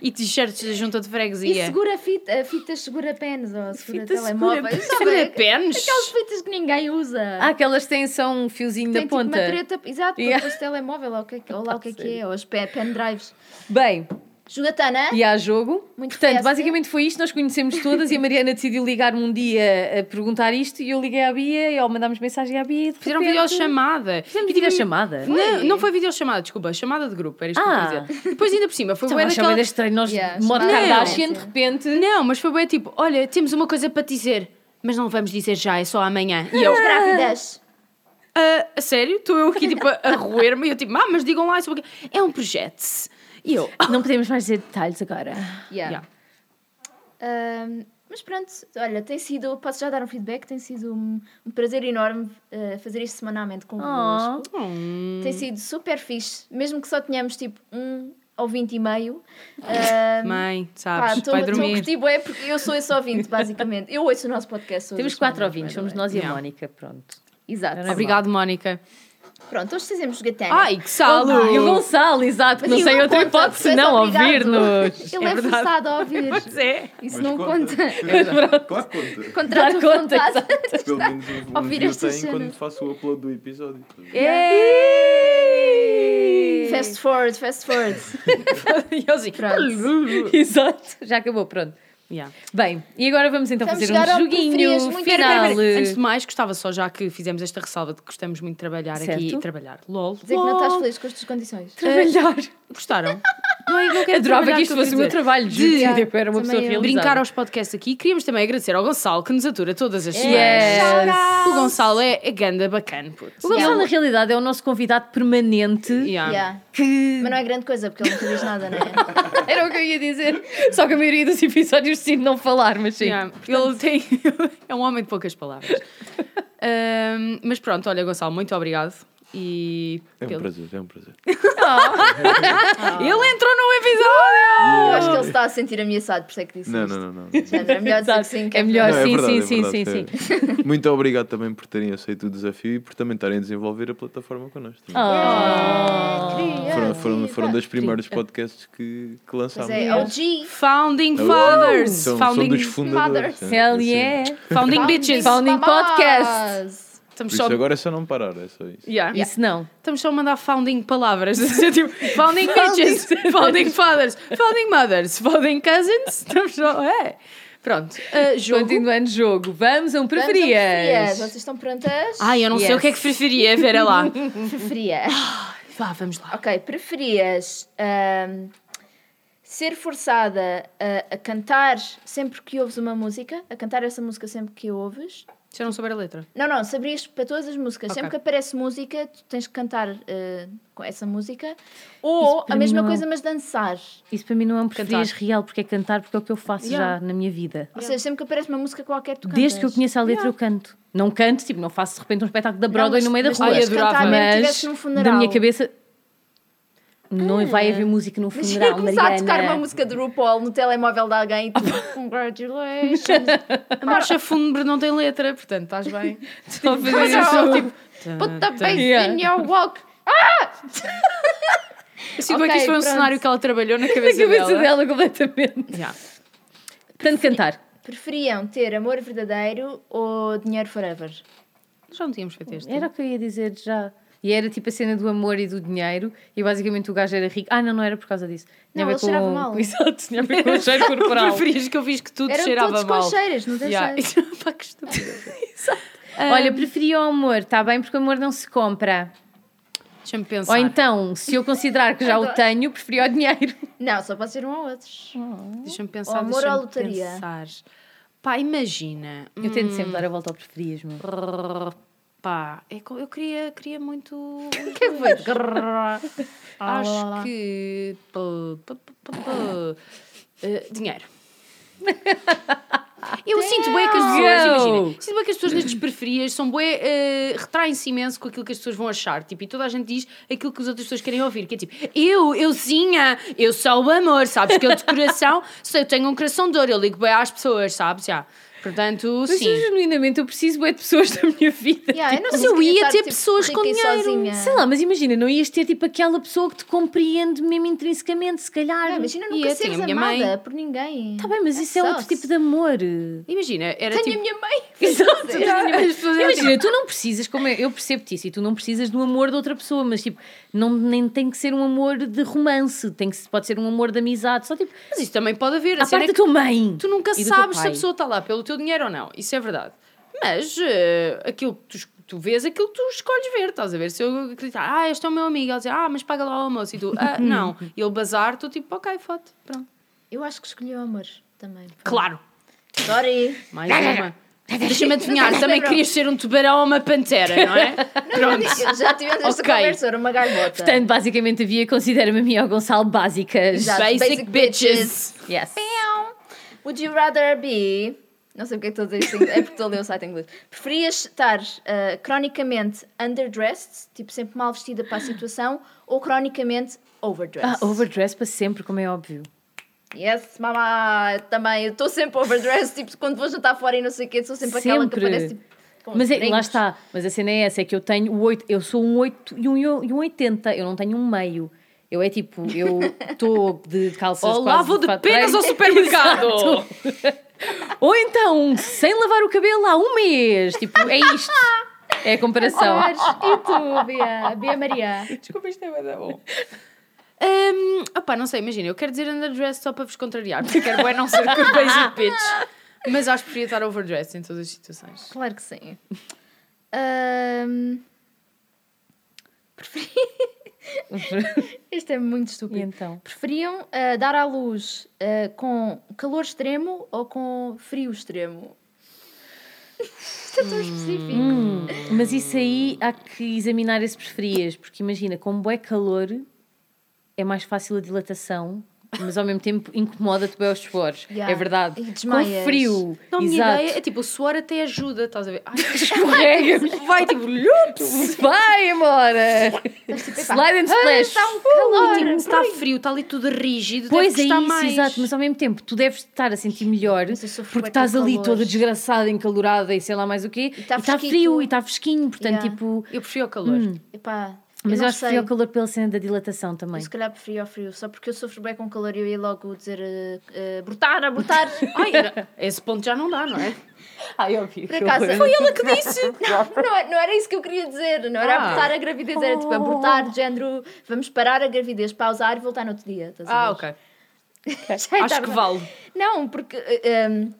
Speaker 1: e t-shirts da junta de
Speaker 3: E
Speaker 1: freguesia.
Speaker 3: segura fita, a fita segura pens ou segura
Speaker 2: Fita
Speaker 3: telemóveis.
Speaker 1: segura-
Speaker 3: Sabe,
Speaker 1: segura pens?
Speaker 3: Aquelas fitas que ninguém usa.
Speaker 2: Há aquelas que têm só um fiozinho na
Speaker 3: Tem tipo uma
Speaker 2: ponta.
Speaker 3: treta, exato, para
Speaker 2: Yeah.
Speaker 3: depois telemóvel, ou, o que é que- ou lá o que é que é, ou os pe- pendrives.
Speaker 2: Bem,
Speaker 3: Jogatana,
Speaker 2: e há jogo.
Speaker 3: Muito
Speaker 2: Portanto,
Speaker 3: festa.
Speaker 2: basicamente foi isto, nós conhecemos todas e a Mariana decidiu ligar-me um dia a perguntar isto e eu liguei à Bia e ou mandámos mensagem à Bia e de
Speaker 1: Fizeram
Speaker 2: repente-
Speaker 1: videochamada.
Speaker 2: Fizemos
Speaker 1: E tive-
Speaker 2: um videochamada?
Speaker 1: Não, não foi videochamada, desculpa, chamada de grupo, era isto que eu
Speaker 2: Ah.
Speaker 1: queria dizer. Depois ainda por cima, foi
Speaker 2: Estava
Speaker 1: bué
Speaker 2: a chamar
Speaker 1: daquela...
Speaker 2: deste treino, nós
Speaker 3: Yeah,
Speaker 2: de modo
Speaker 3: chamada
Speaker 2: Kardashian,
Speaker 3: de
Speaker 2: de repente.
Speaker 1: Não, mas foi bem tipo, olha, temos uma coisa para te dizer, mas não vamos dizer já, é só amanhã. E eu,
Speaker 3: grávidas.
Speaker 1: "Ah, a sério? Estou eu aqui tipo a, a roer-me e eu tipo, ah, mas digam lá sobre o quê?" É um projeto. E eu,
Speaker 2: Não podemos mais dizer detalhes agora.
Speaker 3: Yeah.
Speaker 1: Yeah.
Speaker 3: Ahm, mas pronto, olha, tem sido, posso já dar um feedback, tem sido um, um prazer enorme eh, fazer isto semanalmente convosco.
Speaker 1: "Hum."
Speaker 3: Tem sido super fixe, mesmo que só tenhamos tipo um ouvinte e meio. Ahm,
Speaker 1: mãe,
Speaker 3: Pá,
Speaker 1: sabes,
Speaker 3: estou
Speaker 1: vai
Speaker 3: estou a
Speaker 1: dormir.
Speaker 3: curtir bué, porque eu sou esse ouvinte, basicamente. Eu ouço o nosso podcast. todas
Speaker 2: Temos
Speaker 3: as
Speaker 2: quatro
Speaker 3: semanas,
Speaker 2: ouvintes,
Speaker 3: by the
Speaker 2: somos
Speaker 3: way.
Speaker 2: nós e a
Speaker 1: Yeah.
Speaker 2: Mónica, pronto.
Speaker 3: Exato.
Speaker 2: Não é
Speaker 1: Obrigado, Mónica.
Speaker 3: Pronto, hoje fizemos jogatana.
Speaker 1: Ai, que salo!
Speaker 2: Ah, E o Gonçalo, exato, que não
Speaker 3: Mas
Speaker 2: sei
Speaker 3: ele
Speaker 2: outra
Speaker 3: conta,
Speaker 2: hipótese
Speaker 3: mas
Speaker 2: não
Speaker 3: obrigado.
Speaker 2: ouvir-nos.
Speaker 3: Ele é,
Speaker 1: verdade.
Speaker 3: forçado a ouvir.
Speaker 1: Pois é.
Speaker 3: Isso
Speaker 4: Mas
Speaker 3: não conta.
Speaker 4: Claro que conta.
Speaker 3: Contra
Speaker 2: Dá
Speaker 3: a
Speaker 2: conta,
Speaker 3: conta.
Speaker 2: exato.
Speaker 4: Pelo menos eu vou
Speaker 3: Ouvir
Speaker 4: eu
Speaker 3: estas
Speaker 4: tenho quando
Speaker 3: cenas.
Speaker 4: faço o upload do episódio.
Speaker 3: Fast forward, fast forward.
Speaker 1: E eu assim,
Speaker 3: Pronto.
Speaker 2: Exato, já acabou, pronto.
Speaker 1: Yeah.
Speaker 2: Bem, e agora vamos então
Speaker 3: Vamos
Speaker 2: fazer
Speaker 3: chegar
Speaker 2: um
Speaker 3: ao
Speaker 2: joguinho
Speaker 3: preferias muito- Espera,
Speaker 2: final.
Speaker 3: espera, espera.
Speaker 1: Antes de mais, gostava só, já que fizemos esta ressalva de que gostamos muito de trabalhar aqui
Speaker 2: Certo.
Speaker 1: e trabalhar. LOL.
Speaker 3: Dizer que não estás
Speaker 1: LOL.
Speaker 3: feliz com as tuas condições.
Speaker 2: Trabalhar.
Speaker 1: Gostaram? Não é, não quero
Speaker 2: Adorava
Speaker 1: trabalhar,
Speaker 2: que isto
Speaker 1: estou a
Speaker 2: fosse o meu
Speaker 1: dizer.
Speaker 2: trabalho,
Speaker 1: De-
Speaker 2: juro.
Speaker 1: Yeah.
Speaker 2: Tipo, era uma
Speaker 3: Também
Speaker 2: pessoa
Speaker 3: eu.
Speaker 2: realizada.
Speaker 1: Brincar aos podcasts aqui. Queríamos também agradecer ao Gonçalo, que nos atura todas as semanas.
Speaker 2: Yes.
Speaker 1: O Gonçalo é a ganda bacana,
Speaker 2: O
Speaker 1: puto.
Speaker 2: Gonçalo,
Speaker 3: Yeah.
Speaker 2: na realidade, é o nosso convidado permanente.
Speaker 1: Yeah.
Speaker 3: Yeah.
Speaker 2: Que...
Speaker 3: Mas não é grande coisa, porque ele nunca diz nada, não é?
Speaker 2: Ah. Era o que eu ia dizer. Só que a maioria dos episódios decide não falar, mas sim.
Speaker 1: Yeah. Ele tem... é um homem de poucas palavras. Ahm, mas pronto, olha, Gonçalo, muito obrigado. e.
Speaker 4: É um
Speaker 1: ele...
Speaker 4: prazer, é um prazer.
Speaker 1: Ele entrou no episódio!
Speaker 3: Eu acho que ele está a sentir ameaçado, por isso é que disse
Speaker 4: Não,
Speaker 3: isto.
Speaker 4: não, não. não.
Speaker 3: É melhor dizer que
Speaker 1: Exato.
Speaker 3: sim. que
Speaker 2: É melhor,
Speaker 4: Não, é
Speaker 2: sim,
Speaker 4: verdade, é
Speaker 2: sim, sim, sim,
Speaker 4: verdade, é. Muito obrigado também por terem aceito o desafio e por também estarem a desenvolver a plataforma connosco.
Speaker 2: Oh. Ah,
Speaker 4: Foram, foram, foram dos primeiros podcasts que, que
Speaker 3: Pois
Speaker 4: lançámos.
Speaker 3: é, OG.
Speaker 1: Founding
Speaker 4: Uh,
Speaker 1: Fathers!
Speaker 4: são, são
Speaker 1: founding
Speaker 4: dos fundadores.
Speaker 3: Fathers.
Speaker 4: é,
Speaker 2: Hell
Speaker 4: assim.
Speaker 2: yeah.
Speaker 1: founding Bitches!
Speaker 2: Founding-
Speaker 3: Podcast.
Speaker 1: Estamos
Speaker 4: Por
Speaker 1: só.
Speaker 4: isso agora é só não parar, é só isso.
Speaker 1: Yeah.
Speaker 2: Isso não.
Speaker 1: Estamos só a mandar founding palavras. tipo, founding bitches, founding fathers, founding mothers, founding cousins. Estamos só. É. Pronto.
Speaker 3: Ah,
Speaker 1: Uh, jogo.
Speaker 2: Continuando jogo. Vamos a um
Speaker 3: Preferias? Vocês
Speaker 2: preferias.
Speaker 3: estão prontas?
Speaker 1: Ai, eu não sei
Speaker 2: Yes.
Speaker 1: o que é que preferia, Vera lá.
Speaker 3: Preferia.
Speaker 1: Vá, vamos lá.
Speaker 3: Ok, preferias ahm, ser forçada a, a cantar sempre que ouves uma música? A cantar essa música sempre que a ouves?
Speaker 1: Se eu não souber a letra.
Speaker 3: Não, não, sabias para todas as músicas.
Speaker 1: Ok.
Speaker 3: Sempre que aparece música, tu tens que cantar ah, com essa música. Ou
Speaker 2: para
Speaker 3: a mesma
Speaker 2: mim não-
Speaker 3: coisa, mas dançar.
Speaker 2: Isso para mim não é um preferias
Speaker 1: Cantar.
Speaker 2: real, porque é cantar, porque é o que eu faço
Speaker 1: Yeah.
Speaker 2: já na minha vida.
Speaker 3: Ou seja, sempre que aparece uma música qualquer, tu cantas.
Speaker 2: Desde que eu conheço a letra, eu canto. Não canto, tipo, não faço de repente um espetáculo da Broadway
Speaker 3: mas-
Speaker 2: no meio da
Speaker 3: mas
Speaker 2: rua.
Speaker 1: tinhas de cantar
Speaker 2: adorava.
Speaker 3: Tá, mesmo
Speaker 2: Mas
Speaker 3: que tivesse num
Speaker 2: da
Speaker 3: funeral. Ah.
Speaker 2: minha cabeça não vai haver música num
Speaker 3: Mas ia
Speaker 2: funeral,
Speaker 3: começar a tocar uma
Speaker 2: Mariana.
Speaker 3: música do RuPaul no telemóvel de alguém e tipo, Congratulations.
Speaker 1: A marcha fúnebre não tem letra, portanto, estás bem.
Speaker 2: é Só fazer
Speaker 3: Não.
Speaker 2: isso.
Speaker 1: Só, tipo,
Speaker 3: Put the face
Speaker 2: Yeah.
Speaker 3: in your walk.
Speaker 1: Eu sinto bem que
Speaker 3: Ok,
Speaker 1: isto foi um
Speaker 3: pronto.
Speaker 1: cenário que ela trabalhou na
Speaker 2: na
Speaker 1: cabeça,
Speaker 2: cabeça
Speaker 1: dela.
Speaker 2: dela completamente.
Speaker 1: Yeah.
Speaker 2: Tanto cantar.
Speaker 3: Preferiam ter amor verdadeiro ou dinheiro forever?
Speaker 1: Já não tínhamos feito este.
Speaker 2: Era o que eu ia dizer já. E era tipo a cena do amor e do dinheiro, e basicamente o gajo era rico. Ah, não, não era por causa disso. Tinha
Speaker 3: Não,
Speaker 2: a ver
Speaker 3: ele cheirava
Speaker 2: com-
Speaker 3: mal.
Speaker 2: com- Exato, tinha a ver com o cheiro corporal.
Speaker 1: Preferias que eu fiz que tudo
Speaker 3: Eram
Speaker 1: cheirava
Speaker 3: todos
Speaker 1: mal.
Speaker 3: com cheiras, não tem
Speaker 1: Yeah. é
Speaker 3: cheiro.
Speaker 1: Pá, que estúpido.
Speaker 2: Olha, preferia o amor, está bem? Porque o amor não se compra.
Speaker 1: Deixa-me pensar.
Speaker 2: Ou então, se eu considerar que já o
Speaker 3: Adoro.
Speaker 2: tenho, preferia o dinheiro.
Speaker 3: Não, só pode ser um ou outro.
Speaker 1: Ah. Deixa-me pensar.
Speaker 3: Ou amor
Speaker 1: deixa-me
Speaker 3: ou lotaria?
Speaker 1: Pensar. Pá, imagina.
Speaker 2: Eu tento sempre dar a volta ao preferias, meu.
Speaker 1: Hum, Pá, é co- eu queria, queria muito. um
Speaker 3: Que é que foi?
Speaker 1: Ah,
Speaker 3: lá,
Speaker 1: Acho
Speaker 3: lá.
Speaker 1: que. pô, pô, pô, pô, pô. Eh, dinheiro. Eu sinto bem que as pessoas.
Speaker 2: Go!
Speaker 1: imagina, sinto bem que as pessoas nestes preferias são bem. retraem-se imenso com aquilo que as pessoas vão achar. Tipo, e toda a gente diz aquilo que as outras pessoas querem ouvir. Que é tipo, eu, euzinha, eu sou o amor, sabes? Que eu de coração, se eu tenho um coração de ouro, eu ligo bem às pessoas, sabes? Já. Portanto,
Speaker 2: Mas eu,
Speaker 1: sim.
Speaker 2: genuinamente eu preciso bué de pessoas da minha vida. Tipo,
Speaker 3: Yeah, não
Speaker 1: mas
Speaker 3: sei se
Speaker 1: eu
Speaker 3: queria
Speaker 1: ia
Speaker 3: estar, tipo,
Speaker 1: ter pessoas
Speaker 3: rica
Speaker 1: com
Speaker 3: e
Speaker 1: dinheiro.
Speaker 3: sozinha.
Speaker 2: Sei lá, mas imagina, não ias ter tipo aquela pessoa que te compreende mesmo intrinsecamente, se calhar.
Speaker 3: Não, imagina
Speaker 1: E
Speaker 3: nunca
Speaker 1: eu
Speaker 3: seres
Speaker 1: tenho a
Speaker 3: amada
Speaker 1: minha mãe.
Speaker 3: por ninguém.
Speaker 2: Tá bem, mas isso é outro
Speaker 3: sauce.
Speaker 2: tipo de amor.
Speaker 1: Imagina, era
Speaker 3: Tenho
Speaker 1: tipo.
Speaker 3: a minha mãe.
Speaker 2: Exato.
Speaker 1: As pessoas assim, eram tipo,
Speaker 2: Imagina, tu não precisas, como eu, eu percebo-te isso, e tu não precisas do amor de outra pessoa, mas tipo, não, nem tem que ser um amor de romance, tem que, pode ser um amor de amizade, só tipo,
Speaker 1: Mas isto também pode haver.
Speaker 2: a
Speaker 1: A cena
Speaker 2: parte
Speaker 1: é
Speaker 2: da
Speaker 1: que
Speaker 2: tua mãe.
Speaker 1: tu nunca
Speaker 2: e do teu
Speaker 1: sabes se a
Speaker 2: pai.
Speaker 1: pessoa está lá pelo teu dinheiro ou não. Isso é verdade. Mas eh, aquilo que tu, es- tu vês, aquilo que tu escolhes ver, estás a ver? Se eu acreditar, ah, este é o meu amigo, ele diz, ah, mas paga lá o almoço, e tu, ah, não. E ele bazar, tu tipo, ok, foto, pronto.
Speaker 3: Eu acho que escolhi o amor também.
Speaker 1: Claro,
Speaker 3: Sorry.
Speaker 1: mais uma. Deixa-me adivinhar, também querias ser um tubarão ou uma pantera, não é? Pronto.
Speaker 3: Eu Já tivemos esta
Speaker 1: Ok.
Speaker 3: conversa, era uma gargota.
Speaker 2: Portanto, basicamente havia, considera-me a mim ao Gonçalo básicas.
Speaker 3: Exato.
Speaker 1: Basic,
Speaker 3: Basic
Speaker 1: bitches.
Speaker 2: Yes.
Speaker 3: Would you rather be. Não sei porque é que estou a dizer isto, em inglês, é porque estou a ler o site em inglês. Preferias estar ah, cronicamente underdressed, tipo sempre mal vestida para a situação, ou cronicamente
Speaker 2: Ah,
Speaker 3: overdressed?
Speaker 2: overdress para sempre, como é óbvio.
Speaker 3: Yes, mamá, eu também. Eu estou sempre overdressed, tipo quando vou jantar fora e não sei o quê, sou sempre, aquela que
Speaker 2: Sempre.
Speaker 3: aparece tipo. com
Speaker 2: Mas é, lá
Speaker 3: brincos.
Speaker 2: está, mas a cena é essa, é que eu tenho o 8, eu sou um 8 e um, e um 80, eu não tenho um meio. Eu é tipo, eu estou de calças
Speaker 1: Ou
Speaker 2: quase
Speaker 1: lavo de
Speaker 2: fato
Speaker 1: penas
Speaker 2: treino.
Speaker 1: ao supermercado.
Speaker 2: Ou então, sem lavar o cabelo há um mês. Tipo, é isto. É a comparação.
Speaker 3: Olhares, E tu, Bia? Bia Maria?
Speaker 1: Desculpa, isto é bem bom. opá, não sei, imagina, eu quero dizer underdressed só para vos contrariar, porque quero bem não ser com basic bitch. Mas acho que preferia estar overdressed em todas as situações.
Speaker 3: Claro que sim. Ahm, Preferi... este é muito
Speaker 2: E
Speaker 3: estúpido.
Speaker 2: então?
Speaker 3: Preferiam ah, dar à luz ah, com calor extremo ou com frio extremo? Isto é tão específico.
Speaker 2: Hum, mas isso aí há que examinar esse preferias, porque imagina, como é calor, é mais fácil a dilatação mas ao mesmo tempo incomoda-te bem aos suores.
Speaker 3: Yeah.
Speaker 2: É verdade.
Speaker 3: E
Speaker 2: Com
Speaker 3: desmaias.
Speaker 2: frio.
Speaker 1: Não, a minha
Speaker 2: Exato.
Speaker 1: ideia é tipo, o suor até ajuda, estás a ver? Ai,
Speaker 2: Escorrega.
Speaker 1: vai tipo, lups!
Speaker 2: Vai embora! Slide and splash.
Speaker 3: Está um calor.
Speaker 1: Tipo, se está frio, está ali tudo rígido,
Speaker 2: Pois
Speaker 1: deve
Speaker 2: é
Speaker 1: custar
Speaker 2: isso,
Speaker 1: mais.
Speaker 2: exato, mas ao mesmo tempo tu deves estar a sentir melhor
Speaker 3: Mas eu sofro
Speaker 2: porque
Speaker 3: bué com
Speaker 2: estás ali
Speaker 3: calor.
Speaker 2: toda desgraçada, encalorada e sei lá mais o quê, e está
Speaker 3: tá
Speaker 2: tá
Speaker 3: fresquito.
Speaker 2: frio e está fresquinho, portanto,
Speaker 3: Yeah.
Speaker 2: tipo.
Speaker 1: Eu prefiro o calor.
Speaker 3: Epá,
Speaker 2: Mas eu,
Speaker 3: não
Speaker 2: acho que
Speaker 3: sei.
Speaker 2: frio ao calor pela cena da dilatação também.
Speaker 3: Eu se calhar prefiro ao frio, só porque eu sofro bem com calor e eu ia logo dizer eh, eh, brotar, a brotar.
Speaker 1: Ai, era- esse ponto já não dá, não é?
Speaker 2: Ai, óbvio.
Speaker 3: Por acaso, foi
Speaker 1: Ela que disse!
Speaker 3: não, é- não era isso que eu queria dizer, não era
Speaker 1: Ah.
Speaker 3: abortar a gravidez, era tipo abortar, de género, vamos parar a gravidez, pausar e voltar no outro dia. estás a
Speaker 1: Ah,
Speaker 3: ver?
Speaker 1: ok.
Speaker 3: Já
Speaker 1: Acho
Speaker 3: estava-
Speaker 1: que vale.
Speaker 3: Não, porque eh, ehm,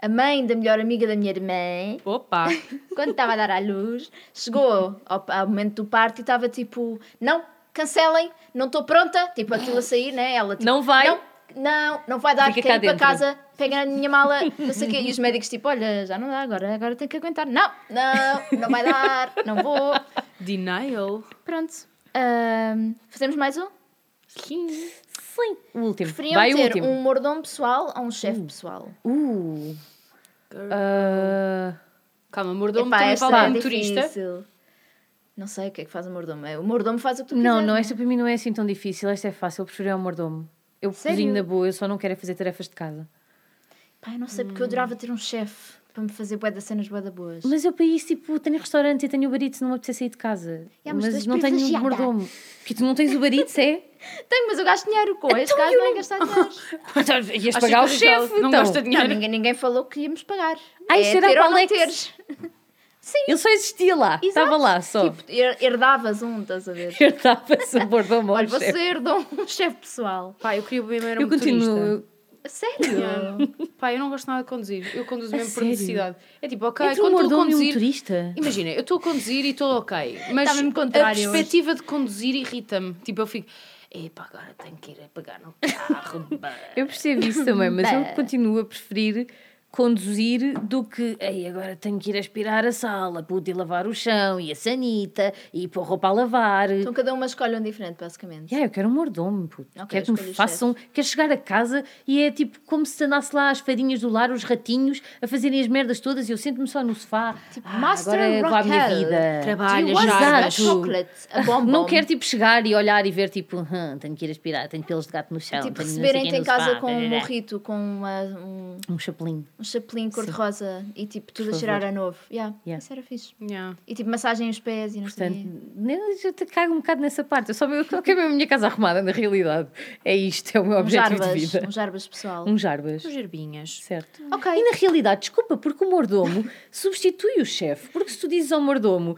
Speaker 3: a mãe da melhor amiga da minha irmã,
Speaker 1: Opa!
Speaker 3: quando estava a dar à luz, chegou ao, ao momento do parto e estava tipo, não, cancelem, não estou pronta, tipo aquilo a sair, né? Ela tipo,
Speaker 2: Não vai.
Speaker 3: Não, não, não vai dar,
Speaker 2: Fica
Speaker 3: quero
Speaker 2: cá
Speaker 3: ir para
Speaker 2: dentro."
Speaker 3: casa, pega na minha mala, não sei o quê. E os médicos tipo, olha, já não dá agora, agora tenho que aguentar. Não, não, não vai dar, não vou.
Speaker 1: Denial.
Speaker 3: Pronto. Ahm, fazemos mais um?
Speaker 2: Sim, o último.
Speaker 3: Preferiam
Speaker 2: Vai o
Speaker 3: ter
Speaker 2: último. Hum.
Speaker 3: um mordomo pessoal ou um chefe pessoal?
Speaker 2: Uh. Ah,
Speaker 1: Calma, mordomo
Speaker 3: Epá,
Speaker 1: também
Speaker 3: esta
Speaker 1: fala
Speaker 3: é
Speaker 1: um turista.
Speaker 3: difícil. Não sei o que é que faz o mordomo. O mordomo faz o que tu
Speaker 2: não,
Speaker 3: quiseres, um.
Speaker 2: não, esta para mim não é assim tão difícil, esta é fácil, eu prefiro é o mordomo. Eu
Speaker 3: Sério?
Speaker 2: cozinho na boa, eu só não quero é fazer tarefas de casa. é-
Speaker 3: Pá, eu não sei porque eu adorava ter um chefe para me fazer bué das cenas bué da boas.
Speaker 2: Mas eu para isso, tipo, tenho restaurante e tenho o barito, não me apetece sair de casa.
Speaker 3: Ya, mas
Speaker 2: mas
Speaker 3: tu és
Speaker 2: não tenho um
Speaker 3: privilegiada.
Speaker 2: mordomo. Porque tu não tens o barito, é?
Speaker 3: Tenho, mas eu gasto dinheiro com este
Speaker 2: Então
Speaker 3: gajo,
Speaker 2: eu
Speaker 3: não é
Speaker 2: não-
Speaker 3: gastar dinheiro.
Speaker 2: Ias
Speaker 1: Acho
Speaker 2: pagar
Speaker 1: que
Speaker 2: o
Speaker 1: Portugal
Speaker 2: chefe,
Speaker 1: Não
Speaker 2: então.
Speaker 1: gosta de
Speaker 3: Não,
Speaker 1: dinheiro.
Speaker 3: ninguém, ninguém falou que íamos pagar.
Speaker 2: Ai,
Speaker 3: é
Speaker 2: isso era
Speaker 3: ter Tipo,
Speaker 2: para
Speaker 3: ou não
Speaker 2: Alex.
Speaker 3: teres.
Speaker 2: Ele só existia lá, estava lá só.
Speaker 3: Tipo, her- herdavas um, estás a ver?
Speaker 2: Herdava-se o um mordomo ao
Speaker 3: Olha, você
Speaker 2: chefe.
Speaker 3: herdou um chefe pessoal.
Speaker 1: Pá, eu queria beber mesmo
Speaker 2: Eu
Speaker 1: um turista.
Speaker 2: continuo...
Speaker 3: A Sério?
Speaker 1: Yeah. Pá, eu não gosto nada de conduzir. Eu conduzo
Speaker 2: A
Speaker 1: mesmo por
Speaker 2: sério?
Speaker 1: necessidade. É tipo, ok,
Speaker 2: Entre um
Speaker 1: quando estou a
Speaker 2: mordomo e um
Speaker 1: conduzir.
Speaker 2: turista?
Speaker 1: Imagina, eu estou a conduzir e estou ok. Mas
Speaker 3: Está mesmo
Speaker 1: a
Speaker 3: contrário hoje.
Speaker 1: perspectiva de conduzir irrita-me. Tipo, eu fico. Epá, agora tenho que ir a pegar no carro. bah."
Speaker 2: Eu percebo isso também, mas eu continuo a preferir conduzir do que Ei, agora tenho que ir aspirar a sala, pude lavar o chão e a sanita e pôr roupa a lavar.
Speaker 3: Então cada uma escolhe um diferente, basicamente.
Speaker 2: Yeah, eu quero um mordomo, puto.
Speaker 3: Ok,
Speaker 2: quero que me
Speaker 3: escolhe o
Speaker 2: façam. Quero chegar a casa e é tipo como se andasse lá as fadinhas do lar, os ratinhos, a fazerem as merdas todas e eu sento-me só no sofá. Tipo,
Speaker 3: Master
Speaker 2: agora vou à minha
Speaker 3: Raquel,
Speaker 2: vida. Tipo,
Speaker 1: trabalha
Speaker 3: Do you want
Speaker 1: já,
Speaker 3: a
Speaker 2: exato.
Speaker 3: chocolate, a bombom.
Speaker 2: Não quero tipo chegar e olhar e ver tipo, "Hum, tenho que ir aspirar, tenho pelos de gato no chão.
Speaker 3: Tipo,
Speaker 2: tenho não sei é
Speaker 3: receberem-te
Speaker 2: quem
Speaker 3: em
Speaker 2: no
Speaker 3: casa
Speaker 2: sofá,
Speaker 3: com um
Speaker 2: tarará."
Speaker 3: morrito, com uma- um,
Speaker 2: Um chapelinho.
Speaker 3: um chapelinho cor-de-rosa e tipo tudo a
Speaker 2: favor.
Speaker 3: cheirar a novo. Yeah,
Speaker 2: Yeah.
Speaker 3: Isso era fixe.
Speaker 1: Yeah.
Speaker 3: E tipo massagem os pés e não sei o
Speaker 2: Portanto,
Speaker 3: quê.
Speaker 2: nem- eu te cago um bocado nessa parte. Eu só eu só quero mesmo a minha casa arrumada, na realidade. É isto, é o meu
Speaker 3: Um
Speaker 2: objetivo de
Speaker 3: jarbas,
Speaker 2: vida.
Speaker 3: um jarbas pessoal.
Speaker 2: Um jarbas.
Speaker 1: Os gerbinhas.
Speaker 2: Certo.
Speaker 3: Ok.
Speaker 2: E na realidade, desculpa, porque o mordomo substitui o chefe. Porque se tu dizes ao mordomo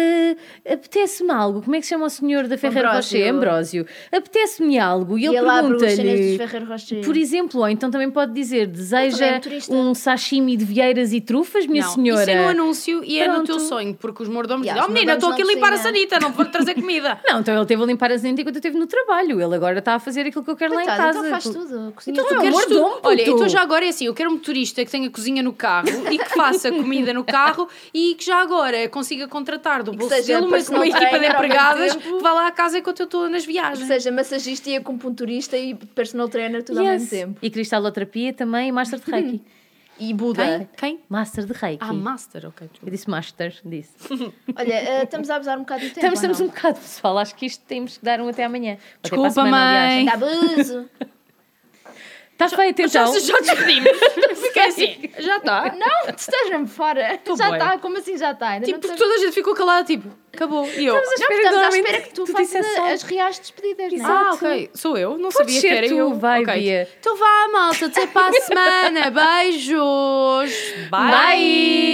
Speaker 2: "Ah, apetece-me algo, como é que se chama o senhor da Ferreira
Speaker 3: Ambrósio.
Speaker 2: Rocher? Ambrósio. Apetece-me algo. E
Speaker 3: E
Speaker 2: ele
Speaker 3: ele abre os cenas dos
Speaker 2: pergunta-lhe.
Speaker 3: Ferreiro Rocher.
Speaker 2: Por exemplo, ou então também pode dizer:
Speaker 3: também é um
Speaker 2: deseja
Speaker 3: turista.
Speaker 2: um sashimi de vieiras e trufas, minha
Speaker 1: Não,
Speaker 2: senhora?
Speaker 1: Isso é no anúncio e é no teu
Speaker 2: Pronto.
Speaker 1: sonho, porque os mordomos
Speaker 3: Yeah,
Speaker 1: dizem: Oh
Speaker 3: os
Speaker 1: menina, eu estou aqui
Speaker 3: mordomos
Speaker 1: a
Speaker 3: não
Speaker 1: limpar a
Speaker 3: cozinham."
Speaker 1: sanita, não vou trazer comida.
Speaker 2: Não, então ele teve a limpar a zinta enquanto eu esteve no trabalho. Ele agora está a fazer aquilo que eu quero lá em
Speaker 3: Coitado,
Speaker 2: casa.
Speaker 3: então faz
Speaker 2: Pô,
Speaker 3: tudo.
Speaker 2: Então
Speaker 3: Cozinha
Speaker 2: tu
Speaker 3: tudo.
Speaker 2: é um
Speaker 1: Queres tu?
Speaker 2: mordomo,
Speaker 1: Olha,
Speaker 2: puto.
Speaker 1: então já agora é assim: eu quero um turista que tenha cozinha no carro e que faça comida no carro e que já agora consiga contratar do bolso
Speaker 3: seja
Speaker 1: dele uma,
Speaker 3: personal
Speaker 1: uma equipa de
Speaker 3: trainer ao mesmo
Speaker 1: empregadas
Speaker 3: tempo.
Speaker 1: que vá lá à casa enquanto eu estou nas
Speaker 3: Ou
Speaker 1: viagens.
Speaker 2: é
Speaker 3: seja, massagista e acupunturista e personal trainer tudo ao
Speaker 2: Yes.
Speaker 3: mesmo tempo.
Speaker 2: E cristaloterapia também e master de reiki.
Speaker 3: E Buda.
Speaker 1: Quem? Quem?
Speaker 2: master de reiki.
Speaker 1: Ah, master, ok.
Speaker 2: eu disse master, disse.
Speaker 3: Olha, eh, estamos a abusar um bocado do tempo.
Speaker 2: Estamos, estamos
Speaker 3: ou
Speaker 2: um bocado, pessoal. Acho que isto temos que dar um até amanhã. Ou até para a
Speaker 1: Desculpa,
Speaker 2: semana, aliás.
Speaker 1: mãe.
Speaker 3: não? Abuso.
Speaker 2: Está feito
Speaker 1: Já,
Speaker 2: então.
Speaker 1: já despedimos. Fiquei assim. Já está.
Speaker 3: Ah, não, tu estás-me fora.
Speaker 1: Tô
Speaker 3: já
Speaker 1: bué.
Speaker 3: está, como assim já está? Ainda
Speaker 1: Tipo,
Speaker 3: não
Speaker 1: porque
Speaker 3: estamos-
Speaker 1: toda a gente ficou calada, tipo, acabou. E eu.
Speaker 2: Estamos a
Speaker 3: Não,
Speaker 2: espera
Speaker 3: estamos à
Speaker 2: normalmente
Speaker 3: espera que tu,
Speaker 2: tu
Speaker 3: faças
Speaker 2: dissesse
Speaker 3: a-
Speaker 2: algo.
Speaker 3: as reais despedidas, não é?
Speaker 1: Ah,
Speaker 2: Exato.
Speaker 1: ok. Sou eu? Não
Speaker 2: Podes
Speaker 1: sabia
Speaker 2: ser
Speaker 1: que era
Speaker 2: tu,
Speaker 1: eu.
Speaker 2: vai,
Speaker 1: Ok.
Speaker 2: Bia.
Speaker 1: Então vá, malta. Até para a semana. Beijos. Bye.